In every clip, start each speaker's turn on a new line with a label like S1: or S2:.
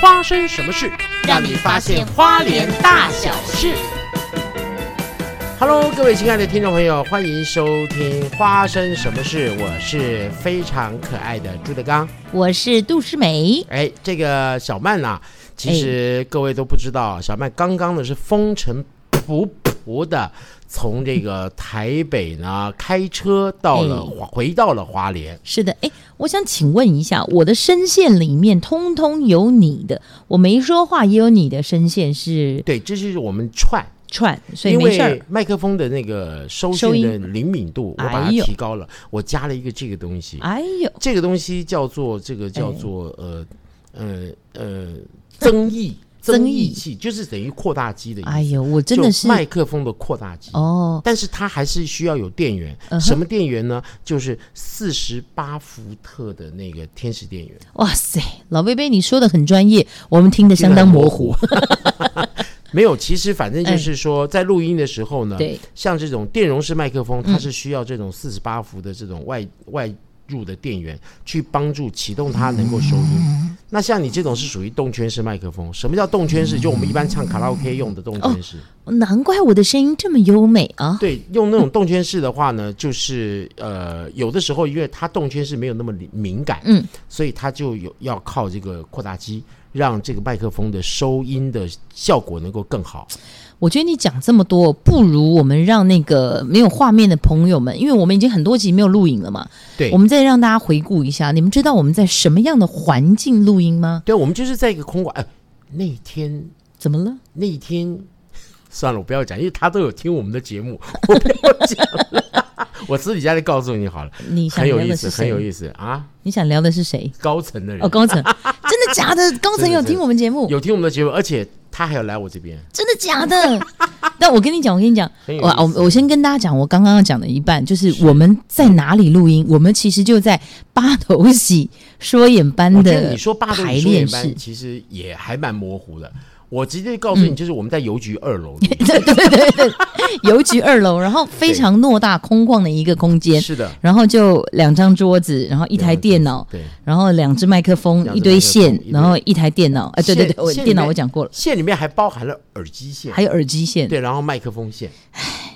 S1: 发生什么事，
S2: 让你发现花莲大小事。
S1: Hello，各位亲爱的听众朋友，欢迎收听《花生什么事》，我是非常可爱的朱德刚。
S2: 我是杜诗梅，
S1: 哎，这个小曼啊，其实各位都不知道，小曼刚刚呢是风尘仆仆的从这个台北呢开车到了
S2: 哎
S1: 华回到了花莲。
S2: 是的，哎，我想请问一下，我的声线里面通通有你的，我没说话也有你的声线是
S1: 对，这是我们串，
S2: 串，所以
S1: 因
S2: 没事儿
S1: 为。麦克风的那个收
S2: 收
S1: 讯
S2: 音
S1: 的灵敏度，我把它
S2: 哎呦
S1: 提高了，我加了一个这个东西。
S2: 哎呦，
S1: 这个东西叫做这个叫做、呃呃呃增益
S2: 哎增益
S1: 增益器，就是等于扩大机的意思。
S2: 哎呦，我真的
S1: 就是麦克风的扩大机。
S2: 哦，
S1: 但是它还是需要有电源，
S2: 嗯哼
S1: 什么电源呢？就是四十八伏特的那个天使电源，
S2: 哇塞，老贝贝你说的很专业，我们听得相当模糊。哎
S1: 听得很模糊。 没有，其实反正就是说，在录音的时候呢，
S2: 对，
S1: 像这种电容式麦克风，它
S2: 嗯
S1: 是需要这种四十八伏的这种外外入的电源去帮助启动它能够收音。那像你这种是属于动圈式麦克风。什么叫动圈式？就我们一般唱卡拉 OK 用的动圈式。
S2: 哦难怪我的声音这么优美啊！
S1: 对，用那种动圈式的话呢，就是呃，有的时候因为它动圈式没有那么敏敏感，
S2: 嗯，
S1: 所以它就有要靠这个扩大机，让这个麦克风的收音的效果能够更好。
S2: 我觉得你讲这么多，不如我们让那个没有画面的朋友们，因为我们已经很多集没有录影了嘛，
S1: 对
S2: 我，们再让大家回顾一下，你们知道我们在什么样的环境录音吗？
S1: 对，我们就是在一个空管。哎、那天
S2: 怎么了？
S1: 那天，算了，我不要讲，因为他都有听我们的节目， 我不要讲了。我私底下再告诉你好了，
S2: 你想
S1: 很有
S2: 聊
S1: 意
S2: 的
S1: 思，
S2: 是
S1: 很
S2: 谁？
S1: 有意思啊！
S2: 你想聊的是谁？
S1: 高层的人、
S2: 哦，高层，真的假的？高层有听我们节目？
S1: 有听我们的节目，而且他还有来我这边，
S2: 真的假的？但我跟你讲，我跟你讲，
S1: 很有
S2: 我
S1: 意思
S2: 我我先跟大家讲，我刚刚要讲的一半就是我们在哪里录音，我们其实就在八头喜说演班
S1: 我觉得
S2: 的
S1: 你说八斗
S2: 排
S1: 你说
S2: 练
S1: 演
S2: 室
S1: 班，。其实也还蛮模糊的。我直接告诉
S2: 嗯
S1: 你，就是我们在邮局二 楼录音，
S2: 对对对对，邮局二楼，然后非常偌大空旷的一个空间，
S1: 是的，
S2: 然后就两张桌子，然后一台电脑，
S1: 对。
S2: 然后两只麦克风，
S1: 两只
S2: 一堆
S1: 麦
S2: 线
S1: 克风一，堆
S2: 然后一台电脑。哎，对对
S1: 线
S2: 对，我
S1: 线里面
S2: 电脑我讲过了，
S1: 线里面还包含了耳机线，
S2: 还有耳机线，
S1: 对，然后麦克风线，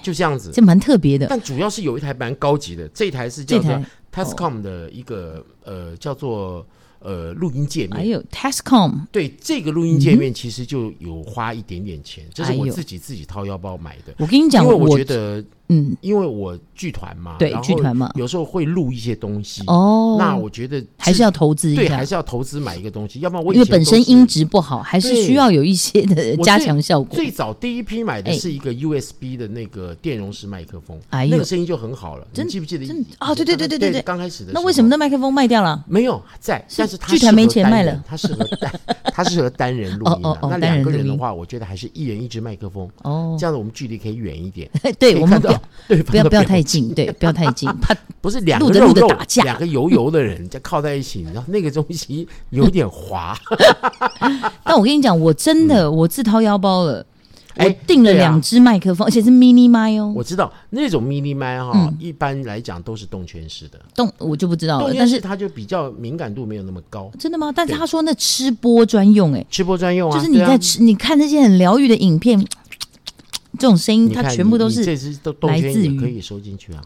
S1: 就这样子。
S2: 这蛮特别的。
S1: 但主要是有一台蛮高级的，这一台是叫
S2: 这
S1: 做
S2: 台
S1: Tascom 的一个、呃叫做呃录音界面。
S2: 还有 Tascom，
S1: 对这个录音界面，其实就有花一点点钱，这是
S2: 嗯哎
S1: 我
S2: 呦
S1: 自己自己掏腰包买的。
S2: 我跟你讲，
S1: 因为我
S2: 我
S1: 觉得，
S2: 嗯，
S1: 因为我剧团嘛，
S2: 对
S1: 然后
S2: 剧团嘛
S1: 有时候会录一些东西。
S2: 哦，
S1: 那我觉得
S2: 还是要投资一
S1: 对，
S2: 下
S1: 还，是要投资买一个东西，要不然我以
S2: 因为
S1: 前
S2: 本
S1: 都
S2: 身
S1: 是
S2: 音质不好，还是
S1: 对
S2: 需要有一些的
S1: 我
S2: 加
S1: 最
S2: 强效果。
S1: 最早第一批买的
S2: 哎
S1: 是一个 USB 的那个电容式麦克风，
S2: 哎
S1: 那
S2: 呦
S1: 个声音就很好了。
S2: 真
S1: 你记不记得
S2: 真啊对对对对对
S1: 对
S2: 对
S1: 刚开始的时
S2: 那
S1: 候
S2: 为什么那麦克风卖掉了？
S1: 没有在？
S2: 是
S1: 但是它
S2: 剧团
S1: 适合
S2: 没钱
S1: 单
S2: 卖
S1: 人
S2: 了
S1: 它适合 单，它适合单人录音啊。
S2: 哦哦哦
S1: 那
S2: 单
S1: 两
S2: 人
S1: 个人
S2: 录
S1: 的
S2: 音
S1: 话，我觉得还是一人一支麦克风，
S2: 哦，
S1: 这样子我们距离可以远一点，
S2: 对
S1: 可以
S2: 我们
S1: 看
S2: 不
S1: 到
S2: 要
S1: 对方
S2: 不 要
S1: 的
S2: 不
S1: 表
S2: 要太
S1: 情
S2: 近，对，不要太 近，怕
S1: 不是两
S2: 录
S1: 个
S2: 着
S1: 肉
S2: 录着
S1: 肉
S2: 打架
S1: 两个油油的人 在靠在一起，然后那个东西有点滑。
S2: 但我跟你讲，我真的、我自掏腰包了，
S1: 嗯哎
S2: 我订了
S1: 对啊
S2: 两只麦克风，而且是 mini 麦哦。
S1: 我知道那种 mini 麦
S2: 嗯
S1: 哈，一般来讲都是动圈式的，
S2: 动我就不知道
S1: 动
S2: 了，
S1: 圈
S2: 哦但
S1: 式
S2: 是
S1: 它就比较敏感度没有那么高。
S2: 真的吗？但是
S1: 对
S2: 他说那吃播专用、哎、
S1: 吃播专用啊，
S2: 就是你
S1: 对啊
S2: 在吃，你看那些很疗愈的影片，这种声音
S1: 你
S2: 它
S1: 看
S2: 全部都
S1: 你
S2: 是
S1: 这只都动
S2: 来
S1: 圈
S2: 自于
S1: 也可以收进去啊。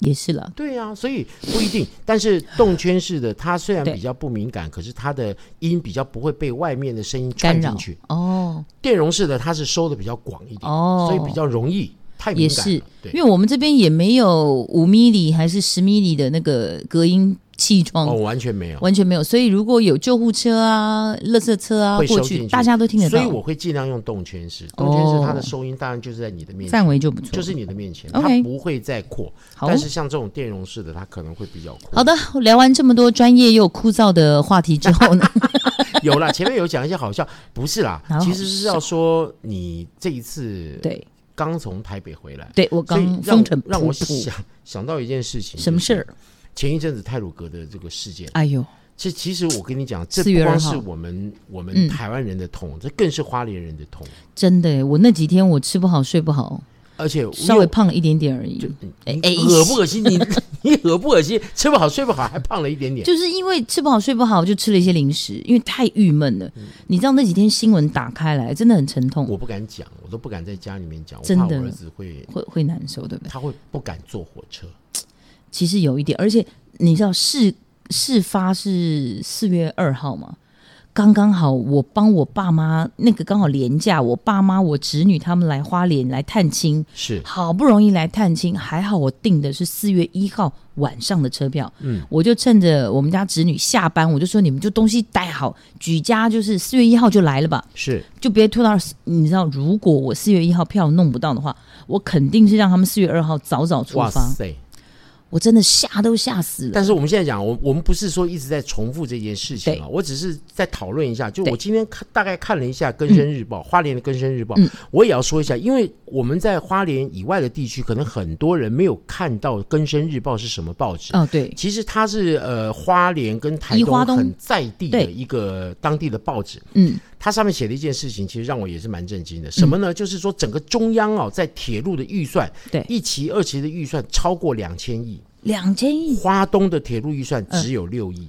S2: 也是了，
S1: 对啊，所以不一定，但是动圈式的它虽然
S2: 对
S1: 比较不敏感，可是它的音比较不会被外面的声音串
S2: 干扰
S1: 进去。
S2: 哦
S1: 电容式的它是收的比较广一点，
S2: 哦，
S1: 所以比较容易太
S2: 也
S1: 敏感
S2: 是
S1: 了。，对
S2: 因为，我们这边也没有五米里还是十米里的那个隔音气窗。
S1: 哦，完全没有。
S2: 完全没有，所以如果有救护车啊、垃圾车啊
S1: 会
S2: 过
S1: 收
S2: 去，
S1: 进去
S2: 大家都听得到，
S1: 所以我会尽量用动圈式，动圈式它的收音当然就是在你的面前，
S2: 范围就不错。
S1: 就是你的面前，它
S2: OK
S1: 不会再扩。
S2: 好哦
S1: 但是像这种电容式的，它可能会比较扩。
S2: 好的，聊完这么多专业又枯燥的话题之后呢，
S1: 有啦，前面有讲一些好笑，不是啦
S2: 哪有，好
S1: 其实是要说你这一次
S2: 对
S1: 刚从台北回来，
S2: 对，我
S1: 所以让
S2: 刚风
S1: 我
S2: 尘
S1: 让我
S2: 仆仆，
S1: 想想到一件事情，
S2: 什么事
S1: 就是
S2: 儿？
S1: 前一阵子泰鲁格的这个事件，
S2: 哎呦，
S1: 其其实我跟你讲，这
S2: 4月
S1: 不
S2: 2
S1: 光
S2: 号
S1: 是我们我
S2: 嗯
S1: 们台湾人的痛，这更是花莲人的痛。
S2: 真的耶，我那几天我吃不好睡不好，
S1: 而且因为
S2: 稍微胖了一点点而已。哎哎，
S1: 恶不恶心？你 你恶不恶心？吃不好睡不好，还胖了一点点。
S2: 就是因为吃不好睡不好，就吃了一些零食，因为太郁闷了。你知道那几天新闻打开来，真的很沉痛，
S1: 嗯我不敢讲，我都不敢在家里面讲，我
S2: 真
S1: 怕
S2: 的
S1: 我儿子会，
S2: 会会难受，对不对？
S1: 他会不敢坐火车。
S2: 其实有一点，而且你知道事事发是四月二号嘛，刚刚好我帮我爸妈那个刚好连假，我爸妈我侄女他们来花莲来探亲，
S1: 是
S2: 好不容易来探亲，还好我订的是四月一号晚上的车票，嗯，我就趁着我们家侄女下班，我就说你们就东西带好，举家就是四月一号就来了吧，
S1: 是，
S2: 就别拖到4你知道，如果我四月一号票弄不到的话，我肯定是让他们四月二号早早出
S1: 哇
S2: 发，
S1: 塞！
S2: 我真的吓都吓死了。
S1: 但是我们现在讲，我我们不是说一直在重复这件事情啊，我只是在讨论一下。就
S2: 对嗯
S1: 我今天看大概看了一下《根生日报》花莲的《根生日报》我也要说一下，因为我们在花莲以外的地区，可能很多人没有看到《根生日报》是什么报纸。
S2: 哦，对，
S1: 其实它是呃花莲跟台
S2: 宜花
S1: 东
S2: 东
S1: 很在地的
S2: 对
S1: 一个当地的报纸，
S2: 嗯，
S1: 它上面写的一件事情，其实让我也是蛮震惊的。什么呢？就是说整个中央哦，在铁路的预算，
S2: 对
S1: 一期、二期的预算超过两千亿，
S2: 两千亿，
S1: 花东的铁路预算
S2: 嗯
S1: 只有六亿，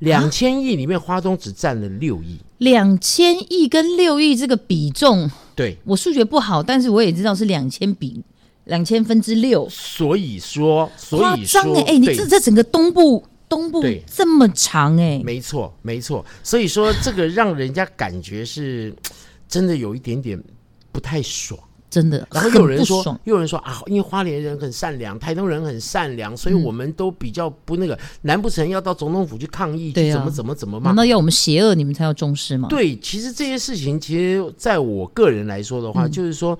S1: 两千亿里面花东只占了六亿。
S2: 两千亿跟六亿这个比重，
S1: 对，
S2: 我数学不好，但是我也知道是两千比两千分之六，
S1: 所以说，所
S2: 夸
S1: 以说
S2: 张，哎、哎，你
S1: 对
S2: 这这整个东部东部
S1: 对
S2: 这么长哎、
S1: 没错，没错。所以说，这个让人家感觉是 真的有一点点不太爽。
S2: 真的，
S1: 然后又有人
S2: 很
S1: 说
S2: 不爽，
S1: 又有人说啊，因为花莲人很善良，台东人很善良，所以
S2: 嗯
S1: 我们都比较不那个。难不成要到总统府去抗议，去
S2: 对啊
S1: 怎么怎么怎么吗
S2: 难？道要我们邪恶你们才要重视吗？
S1: 对，其实这些事情，其实在我个人来说的
S2: 嗯
S1: 话，就是说，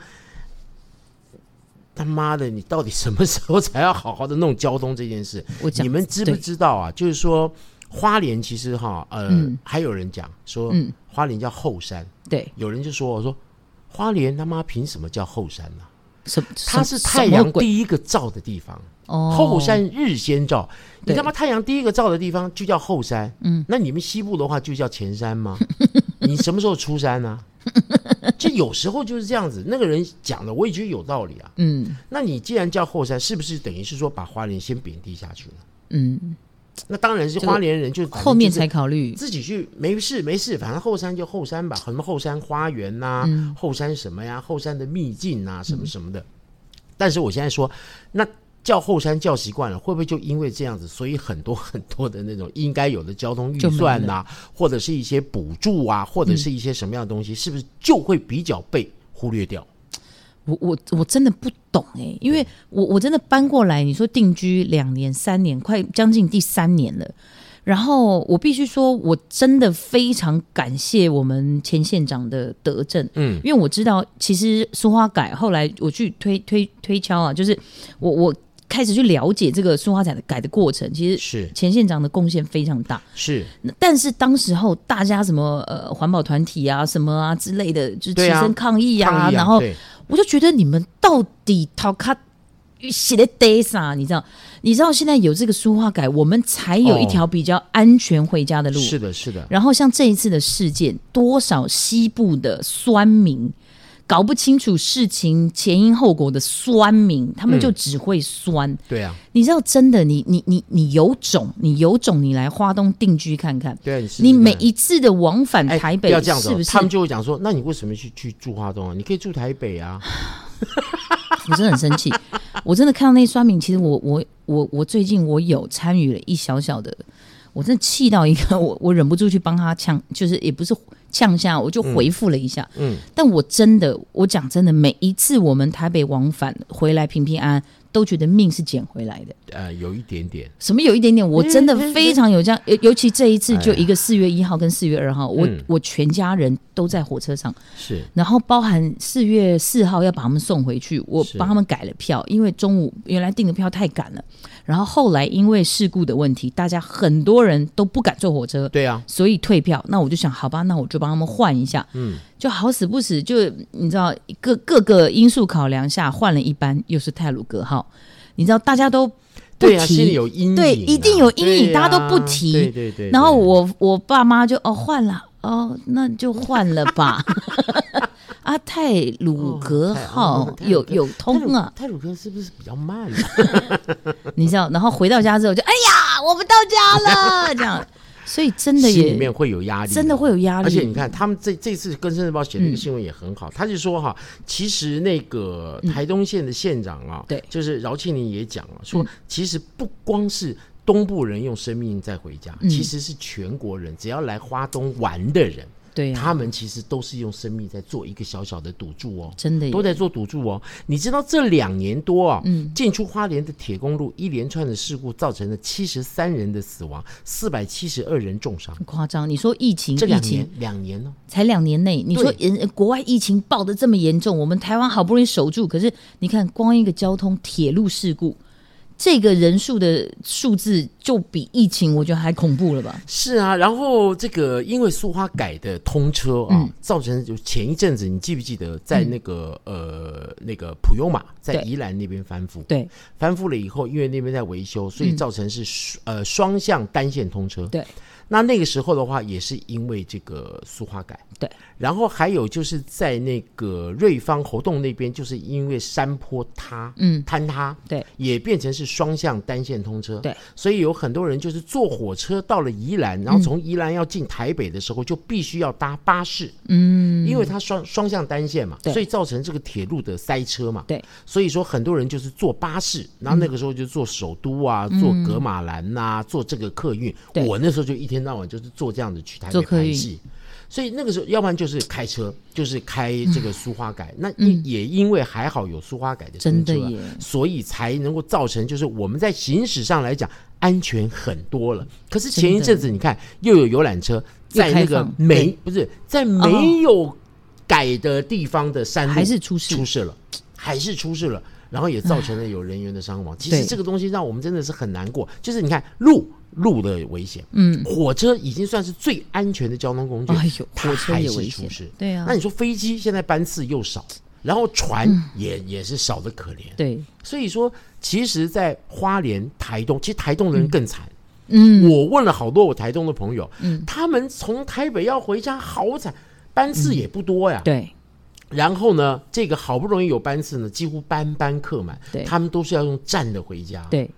S1: 他妈的，你到底什么时候才要好好的弄交通这件事？
S2: 我讲
S1: 你们知不
S2: 对
S1: 知道啊？就是说，花莲其实哈，呃，
S2: 嗯
S1: 还有人讲说，
S2: 嗯
S1: 花莲叫后山，
S2: 对，
S1: 有人就说我说。花莲他妈凭什么叫后山呢、
S2: 什么
S1: 它是
S2: 什么
S1: 太
S2: 什么
S1: 阳
S2: 鬼
S1: 第一个照的地方，
S2: 哦
S1: 后山日先照。你
S2: 对
S1: 他妈太阳第一个照的地方就叫后山，嗯，那你们西部的话就叫前山吗？ 你什么时候出山 呢、就有时候就是这样子，那个人讲的我也觉得有道理啊。
S2: 嗯
S1: 那你既然叫后山，是不是等于是说把花莲先贬低下去了？
S2: 嗯，
S1: 那当然是
S2: 这个
S1: 花莲人就
S2: 后面才考虑
S1: 自己去没事没事，反正后山就后山吧，什么后山花园呐、
S2: 嗯
S1: 后山什么呀，后山的秘境呐、什么什么的。但是我现在说，那叫后山叫习惯了，会不会就因为这样子，所以很多很多的那种应该有的交通预
S2: 就没嗯
S1: 算呐、或者是一些补助啊，或者是一些什么样的东西，是不是就会比较被忽略掉？
S2: 我我我真的不懂哎、因为我我真的搬过来，你说定居两年、三年，快将近第三年了。然后我必须说，我真的非常感谢我们前县长的德政，
S1: 嗯，
S2: 因为我知道其实苏花改后来我去推推推敲啊，就是我我开始去了解这个苏花改的改的过程，其实
S1: 是
S2: 前县长的贡献非常大。
S1: 是，
S2: 那但是当时候大家什么呃环保团体啊什么啊之类的，就
S1: 对
S2: 起
S1: 啊
S2: 身抗议呀、
S1: 抗议啊
S2: 然后
S1: 对
S2: 我就觉得你们到底逃卡写的得啥？你知道？你知道现在有这个书画改，我们才有一条比较安全回家的路。
S1: 是的，是的，
S2: 然后像这一次的事件，多少西部的酸民搞不清楚事情前因后果的酸民，他们就只会酸。
S1: 对啊，
S2: 你知道，真的，你你你你有种，你有种，你来花东定居看看。
S1: 对啊，你试试
S2: 你每
S1: 看
S2: 一次的往返
S1: 哎
S2: 台北，
S1: 不要这样子哦、
S2: 是不是？
S1: 他们就会讲说，那你为什么去去住花东啊？你可以住台北啊。
S2: 我真的很生气，我真的看到那刷屏，其实我我我我最近我有参与了一小小的，我真的气到一个，我我忍不住去帮他呛，就是也不是呛下，我就回复了一下，嗯，但我真的，我讲真的，每一次我们台北往返回来平平安安，都觉得命是捡回来的。
S1: 呃，有一点点，
S2: 什么有一点点，我真的非常有这样，尤尤其这一次就一个四月一号跟四月二号，我、我全家人都在火车上，
S1: 是
S2: 然后包含四月四号要把他们送回去，我
S1: 是
S2: 帮他们改了票，因为中午原来订的票太赶了，然后后来因为事故的问题，大家很多人都不敢坐火车，
S1: 对啊，
S2: 所以退票。那我就想，好吧，那我就帮他们换一下，嗯，就好死不死，就你知道各各个因素考量下换了一班，又是泰鲁格号，你知道大家都不
S1: 对啊，心里
S2: 提。
S1: 有阴影啊、
S2: 对一定有阴影
S1: 对
S2: 大家都
S1: 啊
S2: 不提
S1: 对对对，
S2: 然后
S1: 对
S2: 我我爸妈就哦换了哦，那就换了吧。啊，阿泰鲁格号
S1: 哦泰泰鲁
S2: 有
S1: 格
S2: 有通啊，
S1: 泰鲁哥是不是比较慢啊？
S2: 你知道？然后回到家之后就哎呀，我们到家了，这样，所以真的
S1: 心里
S2: 也
S1: 面会有压力，啊
S2: 真的会有压力，嗯
S1: 而且你看，他们这这次《跟深圳报》写的一个新闻也很好，他就说哈，其实那个台东县的县长啊，
S2: 嗯对嗯
S1: 就是饶庆林也讲了，啊说其实不光是东部人用生命在回
S2: 嗯
S1: 家，其实是全国人只要来花东玩的人，
S2: 对啊，
S1: 他们其实都是用生命在做一个小小的赌注哦。
S2: 真的耶
S1: 都在做赌注哦。你知道这两年多啊、进出花莲的铁公路一连串的事故造成了七十三人的死亡，四百七十二人重伤。
S2: 很夸张。你说疫情，
S1: 这
S2: 疫
S1: 两年
S2: 情
S1: 两年哦呢、
S2: 才两年内，你说人呃国外疫情爆得这么严重，我们台湾好不容易守住，可是你看光一个交通铁路事故，这个人数的数字就比疫情我觉得还恐怖了吧？
S1: 是啊，然后这个因为苏花改的通车啊，造成就前一阵子你记不记得在那个、呃那个普悠玛在
S2: 对
S1: 宜兰那边翻覆，
S2: 对
S1: 翻覆了以后，因为那边在维修，所以造成是双、呃双向单线通车。
S2: 嗯对，
S1: 那那个时候的话，也是因为这个苏花改。
S2: 对，
S1: 然后还有就是在那个瑞芳猴洞那边，就是因为山坡塌，
S2: 嗯，
S1: 坍塌，
S2: 对，
S1: 也变成是双向单线通车。
S2: 对，
S1: 所以有很多人就是坐火车到了宜兰，
S2: 嗯
S1: 然后从宜兰要进台北的时候，就必须要搭巴士，嗯，因为它双双向单线嘛，
S2: 对
S1: 所以造成这个铁路的塞车嘛。
S2: 对，嗯
S1: 所以说很多人就是坐巴士，然后那个时候就坐首都啊，坐格马兰呐、啊坐这个客运。
S2: 嗯对
S1: 我那时候就一天到晚就是坐这样子去台北
S2: 坐客
S1: 拍
S2: 运
S1: 戏。所以那个时候，要不然就是开车，就是开这个苏花改。那也也因为还好有苏花改的
S2: 嗯真
S1: 通
S2: 的
S1: 车啊
S2: 耶
S1: 所以才能够造成，就是我们在行驶上来讲安全很多了。可是前一阵子你看，又有游览车
S2: 又
S1: 在那
S2: 开
S1: 个
S2: 放
S1: 没
S2: 对嗯
S1: 不是在没有改的地方的山路
S2: 还是出事
S1: 出事了，还是出事了，然后也造成了有人员的伤亡。其实
S2: 对
S1: 这个东西让我们真的是很难过，就是你看路路的危险，嗯，火车已经算是最安全的交通工具，
S2: 哎呦
S1: 它
S2: 火车
S1: 还
S2: 也
S1: 是
S2: 危
S1: 出
S2: 险
S1: 事
S2: 对啊嗯
S1: 那你说飞机现在班次又少，然后船也、也是少的可怜，
S2: 对，
S1: 所以说，其实，在花莲、台东，其实台东的人更惨。
S2: 嗯，
S1: 我问了好多我台东的朋友，他们从台北要回家，好惨，班次也不多呀。
S2: 嗯对
S1: 然后呢，这个好不容易有班次呢，几乎班班客满
S2: 对，
S1: 他们都是要用站的回家。，
S2: 对，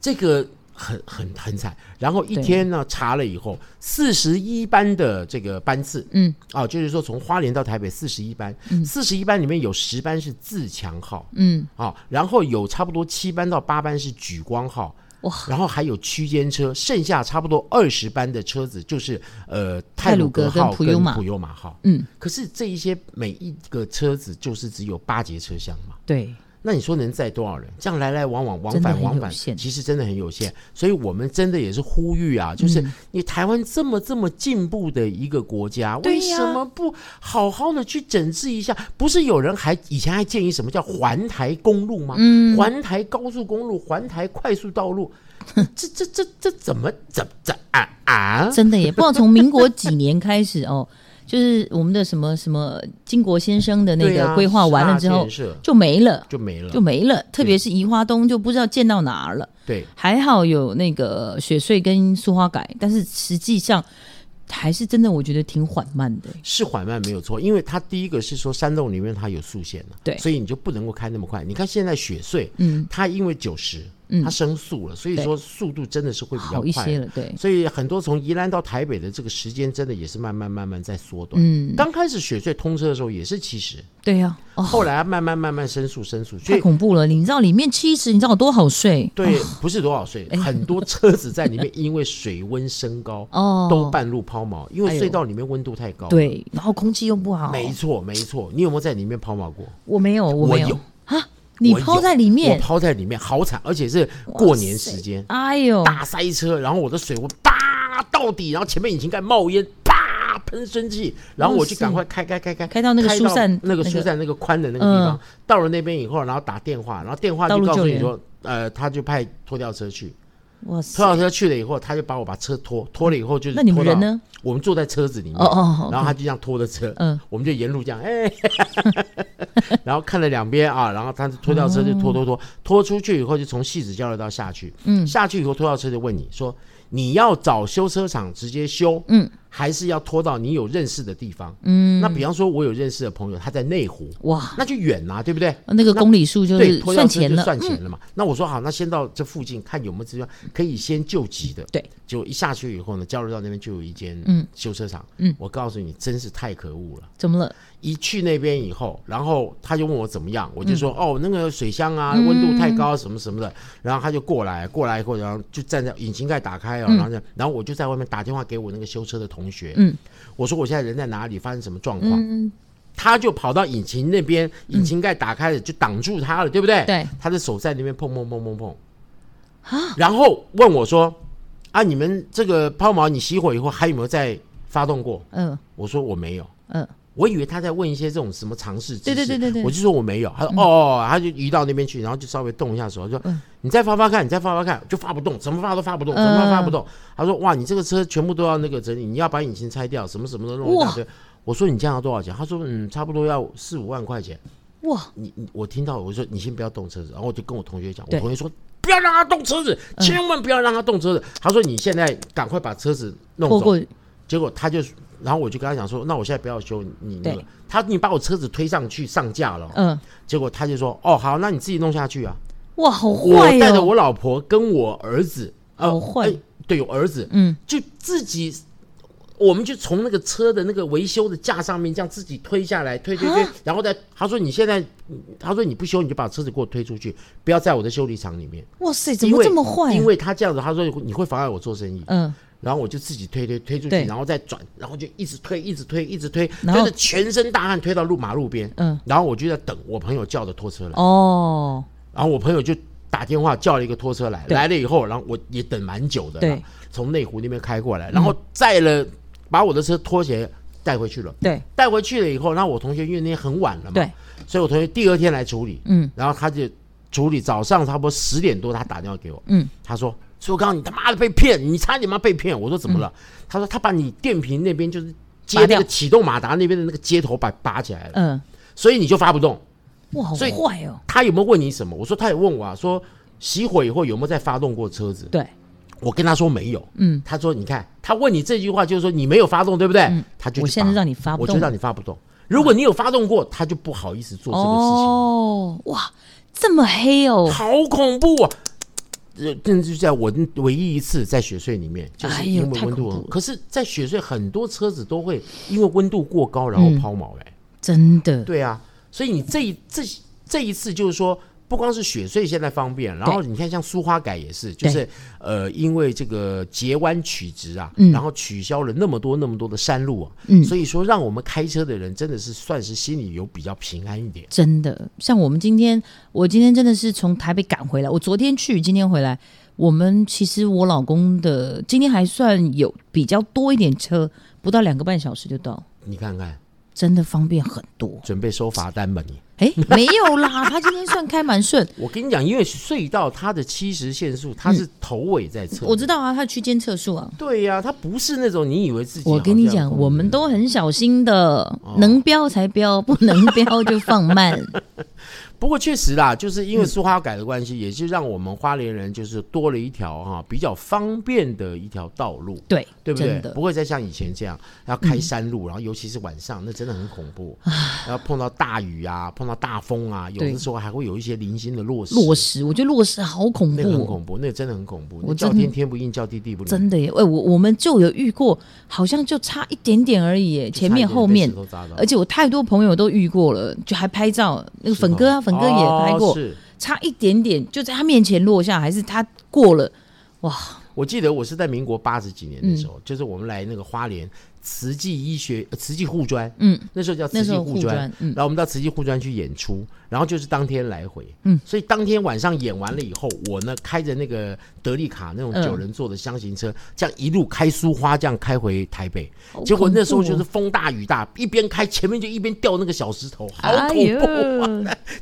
S1: 这个很很很惨。然后一
S2: 对
S1: 天呢，查了以后，四十一班的这个班次，
S2: 嗯，
S1: 啊，就是说从花莲到台北四十一班，四十一班里面有十班是自强号，
S2: 嗯，
S1: 啊、然后有差不多七班到八班是莒光号，
S2: 哇，
S1: 然后还有区间车，剩下差不多二十班的车子就是呃泰鲁格
S2: 泰鲁格跟
S1: 号
S2: 普悠玛
S1: 普悠玛号，
S2: 嗯，
S1: 可是这一些每一个车子就是只有八节车厢嘛。
S2: 对，
S1: 那你说能载多少人？这样来来往往，往
S2: 真的
S1: 返
S2: 很
S1: 往
S2: 有
S1: 返，
S2: 限
S1: 其实真的很有限。所以我们真的也是呼吁啊，
S2: 嗯
S1: 就是你台湾这么这么进步的一个国家，
S2: 对
S1: 为
S2: 呀
S1: 什么不好好的去整治一下？不是有人还以前还建议什么叫环台公路吗？嗯，环台高速公路、环台快速道 路，这这这这怎么怎怎啊啊？
S2: 真的也不知道从民国几年开始哦，就是我们的什么什么金国先生的那
S1: 对
S2: 个
S1: 啊
S2: 规划完了之
S1: 十大
S2: 后
S1: 建设
S2: 就没了，
S1: 就没了，
S2: 就没了，特别是宜花东就不知道建到哪儿了。
S1: 对。
S2: 还好有那个雪穗跟苏花改，但是实际上还是真的，我觉得挺缓慢的。
S1: 是缓慢没有错，因为它第一个是说山洞里面它有速限了，
S2: 对
S1: 所以你就不能够开那么快。你看现在雪隧，嗯，它因为九十，它升速了，所以说速度真的是会比较
S2: 嗯好
S1: 快
S2: 一些了，对，
S1: 所以很多从宜兰到台北的这个时间，真的也是慢慢慢慢在缩短。嗯，刚开始雪隧通车的时候也是七十，
S2: 对呀、哦，
S1: 后来慢慢慢慢升速升速，所
S2: 太
S1: 以
S2: 恐怖了！你知道里面七十，你知道我多好睡？哦
S1: 对，不是多少岁，
S2: 哎
S1: 很多车子在里面因为水温升高，
S2: 哦
S1: 都半路抛锚，因
S2: 哎
S1: 为
S2: 呦
S1: 隧道里面温度太高。，
S2: 对，然后空气又不好。
S1: 没错没错，你有没有在里面抛锚过？
S2: 我没有，我
S1: 我
S2: 没有
S1: 有
S2: 啊！你
S1: 我
S2: 泡
S1: 有
S2: 在里面
S1: 我，泡在里面，好惨，而且是过年时间
S2: 哎呦，
S1: 大塞车，然后我的水我叭到底，然后前面引擎盖冒烟，叭喷蒸汽，然后我就赶快开开开开
S2: 开到那个疏散
S1: 那个
S2: 那个
S1: 疏散那个宽的那个地方，到了那边以后，然后打电话，然后电话
S2: 道
S1: 就
S2: 路
S1: 告诉
S2: 救
S1: 你
S2: 援
S1: 说，呃，他就派拖吊车去，
S2: 哇
S1: 拖
S2: 塞！
S1: 吊车去了以后，他就把我把车拖拖了以后就是
S2: 嗯那你们
S1: 拖到
S2: 人呢？
S1: 我们坐在车子里面，
S2: 哦哦哦
S1: 然后他就这样拖着车，
S2: 嗯
S1: 我们就沿路这样，哎， 然后看了两边啊，然后他就拖吊车就拖
S2: 哦
S1: 拖拖，拖出去以后就从戏子交流道下去，嗯，下去以后拖吊车就问你说你要找修车厂直接修，嗯，还是要拖到你有认识的地方。
S2: 嗯，
S1: 那比方说，我有认识的朋友，他在内湖，
S2: 哇，
S1: 那就远啊啦、对不对？
S2: 那个公里数就
S1: 对，
S2: 是
S1: 拖掉
S2: 算
S1: 车
S2: 钱
S1: 就
S2: 了，嗯
S1: 算钱了嘛。那我说好，那先到这附近看有没有资源可以先救急的。
S2: 对，
S1: 就一下去以后呢，交流道那边就有一间
S2: 嗯
S1: 修车厂。
S2: 嗯，
S1: 我告诉你，真是太可恶了。
S2: 怎么了？
S1: 一去那边以后，然后他就问我怎么样，我就
S2: 嗯
S1: 说、哦，那个水箱啊，温度太高什么什么的。然后他就过来，过来以后，然后就站在引擎盖打开哦，然后呢，然后我就在外面打电话给我那个修车的同学，
S2: 嗯，
S1: 我说我现在人在哪里，发生什么状况，
S2: 嗯，
S1: 他就跑到引擎那边，引擎盖打开了就挡住他了，对不对？
S2: 对，啊
S1: 他的手在那边碰碰碰碰碰，然后问我说：“啊，你们这个抛锚你熄火以后还有没有再发动过
S2: 嗯？”
S1: 我说：“我没有。”
S2: 嗯，
S1: 我以为他在问一些这种什么常识知识，
S2: 对对对对对嗯
S1: 我就说我没有，他说、哦，他就移到那边去，然后就稍微动一下手，他说、你再发发看，你再发发看，就发不动，怎么发都发不
S2: 嗯
S1: 动，怎么发发不动。他说哇，你这个车全部都要那个整理，你要把引擎拆掉，什么什么的弄一大堆。我说你这样要多少钱？他说嗯，差不多要四五万块钱。
S2: 哇，
S1: 你你我听到我说你先不要动车子，然后我就跟我同学讲，我
S2: 对
S1: 同学说不要让他动车子，千万不要让他动车子。他说你现在赶快把车子弄
S2: 拖
S1: 走，
S2: 过
S1: 结果他就，然后我就跟他讲说，那我现在不要修你那个
S2: 对，
S1: 他你把我车子推上去上架了，
S2: 嗯，
S1: 结果他就说，哦好，那你自己弄下去啊。
S2: 哇，好
S1: 我
S2: 坏
S1: 带着
S2: 哦，
S1: 我老婆跟我儿子，
S2: 好坏
S1: 哎对，有儿子，
S2: 嗯，
S1: 就自己，我们就从那个车的那个维修的架上面这样自己推下来，推推
S2: 啊
S1: 推，然后再他说你现在，他说你不修你就把车子给我推出去，不要在我的修理厂里面，
S2: 哇塞，怎
S1: 因
S2: 么
S1: 为
S2: 这么坏啊？
S1: 因为他这样子，他说你会妨碍我做生意，
S2: 嗯，
S1: 然后我就自己推推推出去，
S2: 对
S1: 然后再转，然后就一直推，一直推，一直推，
S2: 然
S1: 推
S2: 后
S1: 着全身大汗推到路马路边。
S2: 嗯，
S1: 然后我就在等我朋友叫的拖车来，
S2: 哦，
S1: 然后我朋友就打电话叫了一个拖车来，
S2: 对
S1: 来了以后，然后我也等蛮久的啦
S2: 对，
S1: 从内湖那边开过来，然后载了把我的车拖鞋带回去了，
S2: 对
S1: 带回去了以后，然后我同学因为那天很晚了嘛，
S2: 对，
S1: 所以我同学第二天来处理，
S2: 嗯
S1: 然后他就处理早上差不多十点多，他打电话给我，
S2: 嗯，
S1: 他说：“苏刚，你他妈的被骗，你差点妈被骗。”我说：“怎么了？”
S2: 嗯
S1: 他说：“他把你电瓶那边就是接
S2: 拔
S1: 那
S2: 掉
S1: 个启动马达那边的那个接头把拔起来了，
S2: 嗯，
S1: 所以你就发不动。
S2: 哇，好
S1: 所以
S2: 坏哦，
S1: 他有没有问你什么？我说他也问我啊，说熄火以后有没有再发动过车子？
S2: 对，
S1: 我跟他说没有。
S2: 嗯，
S1: 他说：“你看，他问你这句话就是说你没有发动，对不对？”他就去
S2: 我现在
S1: 拔
S2: 让你发不
S1: 我就
S2: 动
S1: 让你发不动。如果你有发动过，他就不好意思做这个事情。
S2: 哦，哇，这么黑哦，
S1: 好恐怖啊！呃，甚至在我唯一一次在雪隧里面，就是
S2: 哎
S1: 因
S2: 呦
S1: 为
S2: 太
S1: 温度
S2: 恐怖
S1: 很，
S2: 了
S1: 可是，在雪隧很多车子都会因为温度过高然后
S2: 嗯
S1: 抛锚、哎、
S2: 真的，
S1: 对啊，所以你这一这这一次就是说，不光是雪隧现在方便，然后你看像苏花改也是，就是呃，因为这个截弯取直啊，然后取消了那么多那么多的山路啊，
S2: 嗯
S1: 所以说让我们开车的人真的是算是心里有比较平安一点。
S2: 真的，像我们今天，我今天真的是从台北赶回来，我昨天去，今天回来。我们其实我老公的今天还算有比较多一点车，不到两个半小时就到，
S1: 你看看，
S2: 真的方便很多。
S1: 准备收罚单吧你。
S2: 哎，没有啦，他今天算开蛮顺，
S1: 我跟你讲，因为隧道它的七十限速，它是头尾在测、
S2: 嗯我知。道啊，他的区间测速啊。
S1: 对呀、它不是那种你以为自己。
S2: 我跟你讲，我们都很小心的，
S1: 哦
S2: 能飙才飙，不能飙就放慢。
S1: 不过确实啦，就是
S2: 嗯
S1: 因为苏花改的关系，也是让我们花莲人就是多了一条哈、比较方便的一条道路，
S2: 对，
S1: 对不对
S2: 真？的嗯
S1: 不，会再像以前这样要开山路，然后尤其是晚上，那真的很恐怖。然后碰到大雨啊，碰到大风啊，有的
S2: 啊对
S1: 时候还会有一些零星的落石。
S2: 落石，我觉得落石好恐
S1: 那
S2: 怖、
S1: 个很
S2: 哦。
S1: 恐怖，那个真的很恐怖。
S2: 我
S1: 那叫
S2: 真的
S1: 天天不应，叫地地不灵。
S2: 真的耶！哎、我我们就有遇过，好像就差一点点而已耶，前面后面，
S1: 都砸到
S2: 而且我太多朋友都遇过了，就还拍照。那个粉哥啊，粉哥也拍
S1: 哦
S2: 过，
S1: 是
S2: 差一点点就在他面前落下，还是他过了，哇，
S1: 我记得我是在民国八十几年的时
S2: 嗯
S1: 候，就是我们来那个花莲慈济医学、呃慈济护专，
S2: 嗯，
S1: 那时候叫慈
S2: 那时
S1: 济
S2: 候
S1: 护
S2: 护
S1: 专，
S2: 专，嗯
S1: 然，后我们到慈济护专去演出，然后就是当天来回，
S2: 嗯，
S1: 所以当天晚上演完了以后，我呢开着那个德利卡那种
S2: 嗯
S1: 九人座的箱型车，这样一路开苏花，这样开回台北，
S2: 哦
S1: 结果那时候就是风大雨大，一边开前面就一边掉那个小石头，好
S2: 哎
S1: 恐
S2: 呦
S1: 怖，，啊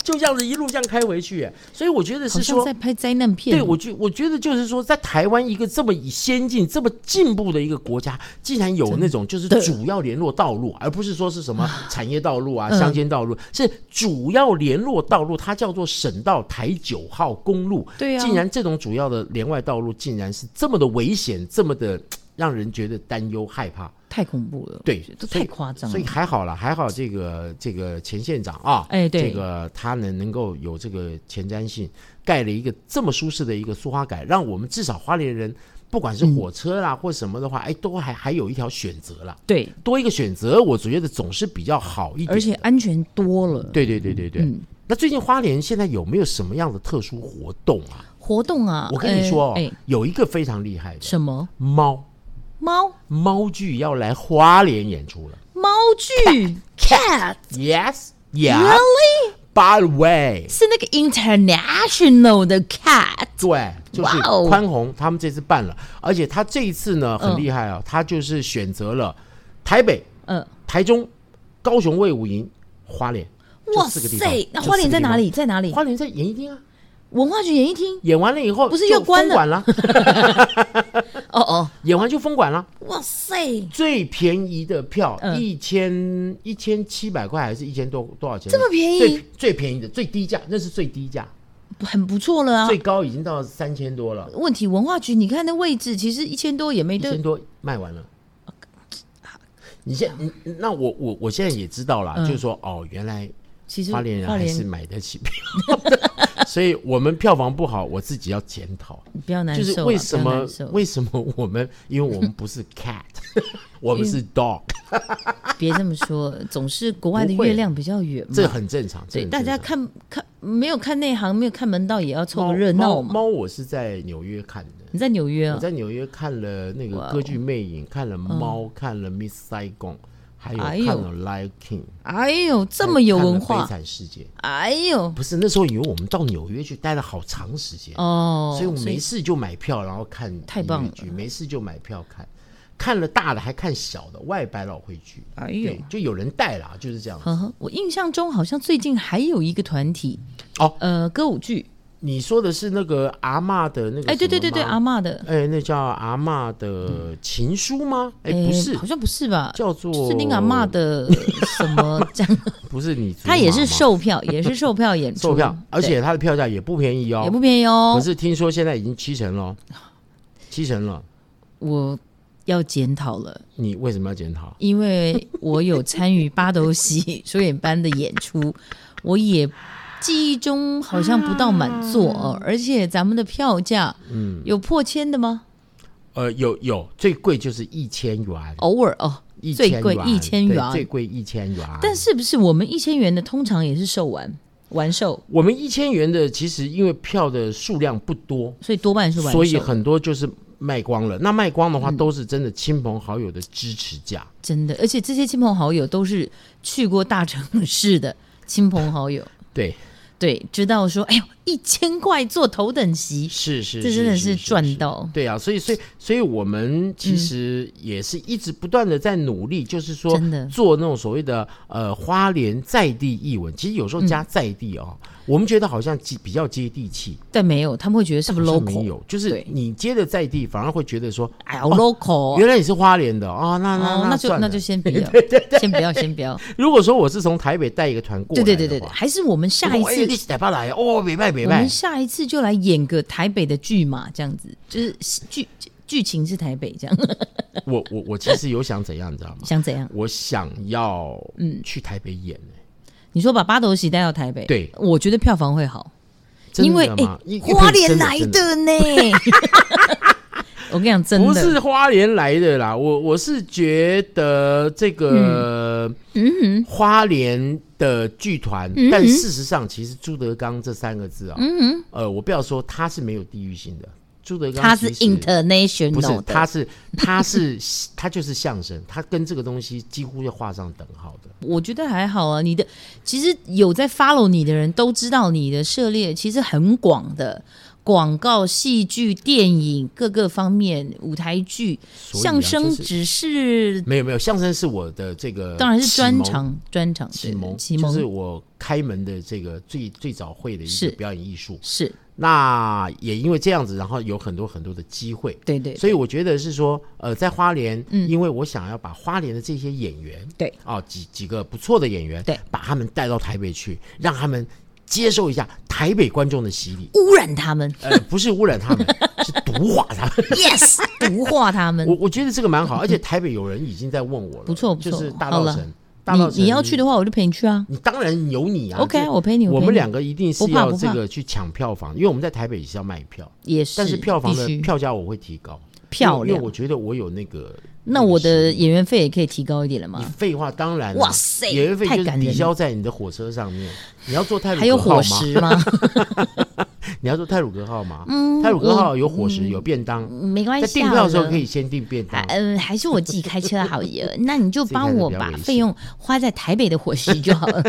S1: 就这样子一路这样开回去，哎所以我觉得
S2: 好
S1: 是说
S2: 像在拍灾难片。
S1: 对，我觉我觉得就是说，在台湾一个这么先进、这么进步的一个国家，竟然有那种就是
S2: 对
S1: 主要联络道路，而不是说是什么产业道路啊、
S2: 嗯
S1: 乡间道路，是主要联络道路，它叫做省道台九号公路。
S2: 对啊
S1: 竟然这种主要的连外道路，竟然是这么的危险，这么的嘖让人觉得担忧害怕。
S2: 太恐怖了，
S1: 对
S2: 这
S1: 所以
S2: 太夸张了
S1: 所以。还好了，还好这个这个前县长啊，
S2: 哎对
S1: 这个他能能够有这个前瞻性，盖了一个这么舒适的一个苏花改，让我们至少花莲人不管
S2: 嗯
S1: 是火车啦、或什么的话，哎，都还还有一条选择啦，
S2: 对，
S1: 多一个选择，我觉得总是比较好一点。
S2: 而且，安全多了。
S1: 对对对对对。
S2: 嗯
S1: 那最近花莲现在有没有什么样的特殊活动啊？
S2: 活动啊，
S1: 我跟你说哦，
S2: 哎，哎
S1: 有一个非常厉害的
S2: 什么
S1: 猫
S2: 猫
S1: 猫剧要来花莲演出了。
S2: 猫剧 cat
S1: Yes, yes.
S2: really
S1: By the way，
S2: 是那个 international 的 cat
S1: 对，就是
S2: 哇哦
S1: 宽宏他们这次办了，而且他这一次呢很
S2: 嗯
S1: 厉害啊，他就是选择了台北、
S2: 呃，
S1: 台中、高雄卫武营、花莲。就
S2: 嗯哇
S1: 四个地方
S2: 塞，那花莲在哪？里？在哪
S1: 就四个地
S2: 里
S1: 方？花莲在演艺厅啊，
S2: 文化局演艺厅。
S1: 演完了以后
S2: 不是
S1: 就
S2: 又关
S1: 封
S2: 了
S1: 馆了，
S2: 哦哦，
S1: 演完就封馆了。
S2: 哇塞，
S1: 最便宜的票
S2: 嗯
S1: 一千一千七百块，还是一千多多少钱？
S2: 这么便宜
S1: 最最便宜的最低价，那是最低价，
S2: 很不错了啊
S1: 最。高已经到三千多了，
S2: 问题文化局，你看那位置，其实一千多也没
S1: 一千
S2: 对。
S1: 多卖完了。你现你那我我我现在也知道啦，
S2: 嗯
S1: 就是说哦，原来
S2: 其实
S1: 花莲人啊还是买得起票的，所以我们票房不好，我自己要检讨，
S2: 不要难
S1: 就
S2: 受啊，
S1: 是为什
S2: 不要
S1: 么
S2: 难受
S1: 为什么我们因为我们不是 cat，我们是 dog，
S2: 嗯别这么说，总是国外的
S1: 不会
S2: 月亮比较圆嘛。
S1: 这很正常，这
S2: 对，
S1: 很
S2: 大
S1: 正
S2: 家
S1: 常
S2: 看看没有看内行，没有看门道，也要凑
S1: 猫
S2: 个热闹
S1: 猫
S2: 嘛。
S1: 猫我是在纽约看的，
S2: 你在纽约
S1: 我
S2: 啊？
S1: 在纽约看了那个
S2: 哇哦嗯
S1: 歌剧《魅影》，看了《猫》，看了《Miss Saigon》，还有
S2: 哎
S1: 看了
S2: 呦
S1: 《Lion King》，
S2: 哎呦，这么有
S1: 还看
S2: 文
S1: 了
S2: 化
S1: 悲！惨世界》。
S2: 哎呦，
S1: 不是那时候以为我们到纽约去待了好长时间，
S2: 哦，
S1: 所以我没事就买票，然后看
S2: 太
S1: 音乐
S2: 棒了
S1: 剧，没事就买票看。看了大的还看小的，外百老汇剧，
S2: 哎呦
S1: 对，就有人带啦，就是这样子。
S2: 呵呵，我印象中好像最近还有一个团体
S1: 哦，
S2: 呃，歌舞剧，
S1: 你说的是那个阿嬷的那个？
S2: 哎，对对对对，阿，嬷的，
S1: 哎，那叫阿嬷的情书吗？哎，
S2: 哎
S1: 不是
S2: 好，像不是吧？
S1: 叫做
S2: 就是你阿嬷的什 么这样？
S1: 不是你祖玛吗，
S2: 他也是售票，也是售票演出，
S1: 售票
S2: 对，
S1: 而且它的票价也不便宜哦，
S2: 也不便宜哦
S1: 可。是听说现在已经七成了哦，七成了，
S2: 我要检讨了。
S1: 你为什么要检讨？
S2: 因为我有参与八斗喜 首演班的演出，我也记忆中好像不到满座，
S1: 啊
S2: 哦，而且咱们的票价，嗯，有破千的吗？
S1: 呃，有有最贵就是一千元，
S2: 偶尔哦，
S1: 一
S2: 最贵
S1: 一
S2: 一
S1: 千
S2: 千
S1: 元
S2: 元
S1: 对最贵一千元。
S2: 但是不是我们一千元的通常也是售完完售，
S1: 我们一千元的其实因为票的数量不多，
S2: 所以多半是完售。嗯
S1: 所以很多就是卖光了。那卖光的话，都是真的亲朋好友的支持价。
S2: 真的，而且这些亲朋好友都是去过大城市的亲朋好友，
S1: 对，
S2: 对，知道说，哎呦，一千块坐头等席，
S1: 是是，
S2: 这真的
S1: 是
S2: 是赚。到。
S1: 对啊，所以所以所以我们其实也是一直不断的在努力，就是说
S2: 真的
S1: 做那种所谓的呃花莲在地译文。其实有时候
S2: 嗯
S1: 加在地哦，我们觉得好像接比较接地气，
S2: 但没有，他们会觉得是不是
S1: 好像没
S2: local？
S1: 有，就是
S2: 对
S1: 你接的在地，反而会觉得说，
S2: 哎呀好，local 哦
S1: 原来你是花莲的哦，那那、
S2: 哦，那就
S1: 算了
S2: 那就先不 要，先不要，先不要。
S1: 如果说我是从台北带一个团过来
S2: 对
S1: 的话，
S2: 对对对对，还是我们下一
S1: 我说哎
S2: 次
S1: 你，是台北来的哦，北拜北
S2: 我
S1: 拜
S2: 们，下一次就来演个台北的剧嘛，这样子，就是剧剧情是台北这样，
S1: 我我我其实有想怎样，你知道吗？
S2: 想怎样？
S1: 我想要嗯去台北演、欸，
S2: 你说把八斗喜带到台北，
S1: 对
S2: 我觉得票房会好，
S1: 真
S2: 因为
S1: 的吗？
S2: 哎，花莲
S1: 真的
S2: 来
S1: 真的。
S2: 呢。 我跟你讲，真
S1: 不
S2: 的
S1: 是啊花莲来的啦，我我是觉得这个
S2: 嗯
S1: 花莲的剧团，但事实上其实朱德刚这三个字啊，
S2: 嗯
S1: 呃，我不要说他是没有地域性的，朱德刚
S2: 他是
S1: 其实不是
S2: international 的，，
S1: 他是他是他就是相声，他跟这个东西几乎要画上等号的。
S2: 我觉得还好啊。你的其实有在 follow 你的人都知道你的涉猎其实很广的，广告、戏剧、电影各个方面，舞台剧、
S1: 所以啊
S2: 相声
S1: 就是
S2: 只是
S1: 没有没有，相声是我的这个
S2: 当然是
S1: 启
S2: 专
S1: 蒙
S2: 长，专长
S1: 启
S2: 对
S1: 蒙，
S2: 启
S1: 就是
S2: 蒙
S1: 我开门的这个最最早会的一
S2: 是
S1: 个表演艺术。
S2: 是
S1: 那也因为这样子，然后有很多很多的机会。
S2: 对对嗯
S1: 所以我觉得是说，呃，在花莲，因为我想要把花莲的这些演员，
S2: 对
S1: 啊、几几个不错的演员，
S2: 对，
S1: 把他们带到台北去，让他们接受一下台北观众的洗礼。
S2: 污染他们，
S1: 呃，不是污染他们，是毒化他们。
S2: ，yes，毒化他们
S1: 我，我觉得这个蛮好，而且台北有人已经在问我了，
S2: 嗯不错不错
S1: 就是大
S2: 好
S1: 道
S2: 了
S1: 神，大道神
S2: 你你要去的话，我就陪你去啊。
S1: 你当然有你啊。
S2: OK，
S1: 就
S2: 我陪你。
S1: 我
S2: 陪
S1: 们
S2: 你
S1: 两个一定是
S2: 不怕
S1: 要
S2: 不
S1: 这
S2: 怕
S1: 个去抢票房，因为我们在台北是要卖票，
S2: 也是，
S1: 但是票房的
S2: 必须
S1: 票价我会提高，
S2: 漂
S1: 因为
S2: 亮
S1: 我。觉得我有那个。
S2: 那我的演员费也可以提高一点了
S1: 你
S2: 嘛？
S1: 废话当然了，
S2: 哇塞
S1: 演员费就
S2: 太
S1: 是
S2: 感人
S1: 抵
S2: 了
S1: 消在你的火车上面。你要坐泰鲁
S2: 还有
S1: 格号
S2: 伙
S1: 吗？
S2: 食吗？
S1: 你要坐泰鲁格号吗？
S2: 嗯
S1: 泰鲁格号有伙食，有便当，
S2: 没关系
S1: 在
S2: 啊，
S1: 订票的时候
S2: 我
S1: 可以先订便当
S2: 还。嗯，还是我自己开车啊 好耶。那你就
S1: 自己开
S2: 帮
S1: 车
S2: 我
S1: 比较
S2: 把
S1: 危
S2: 费
S1: 险
S2: 用花在台北的伙食就好 了。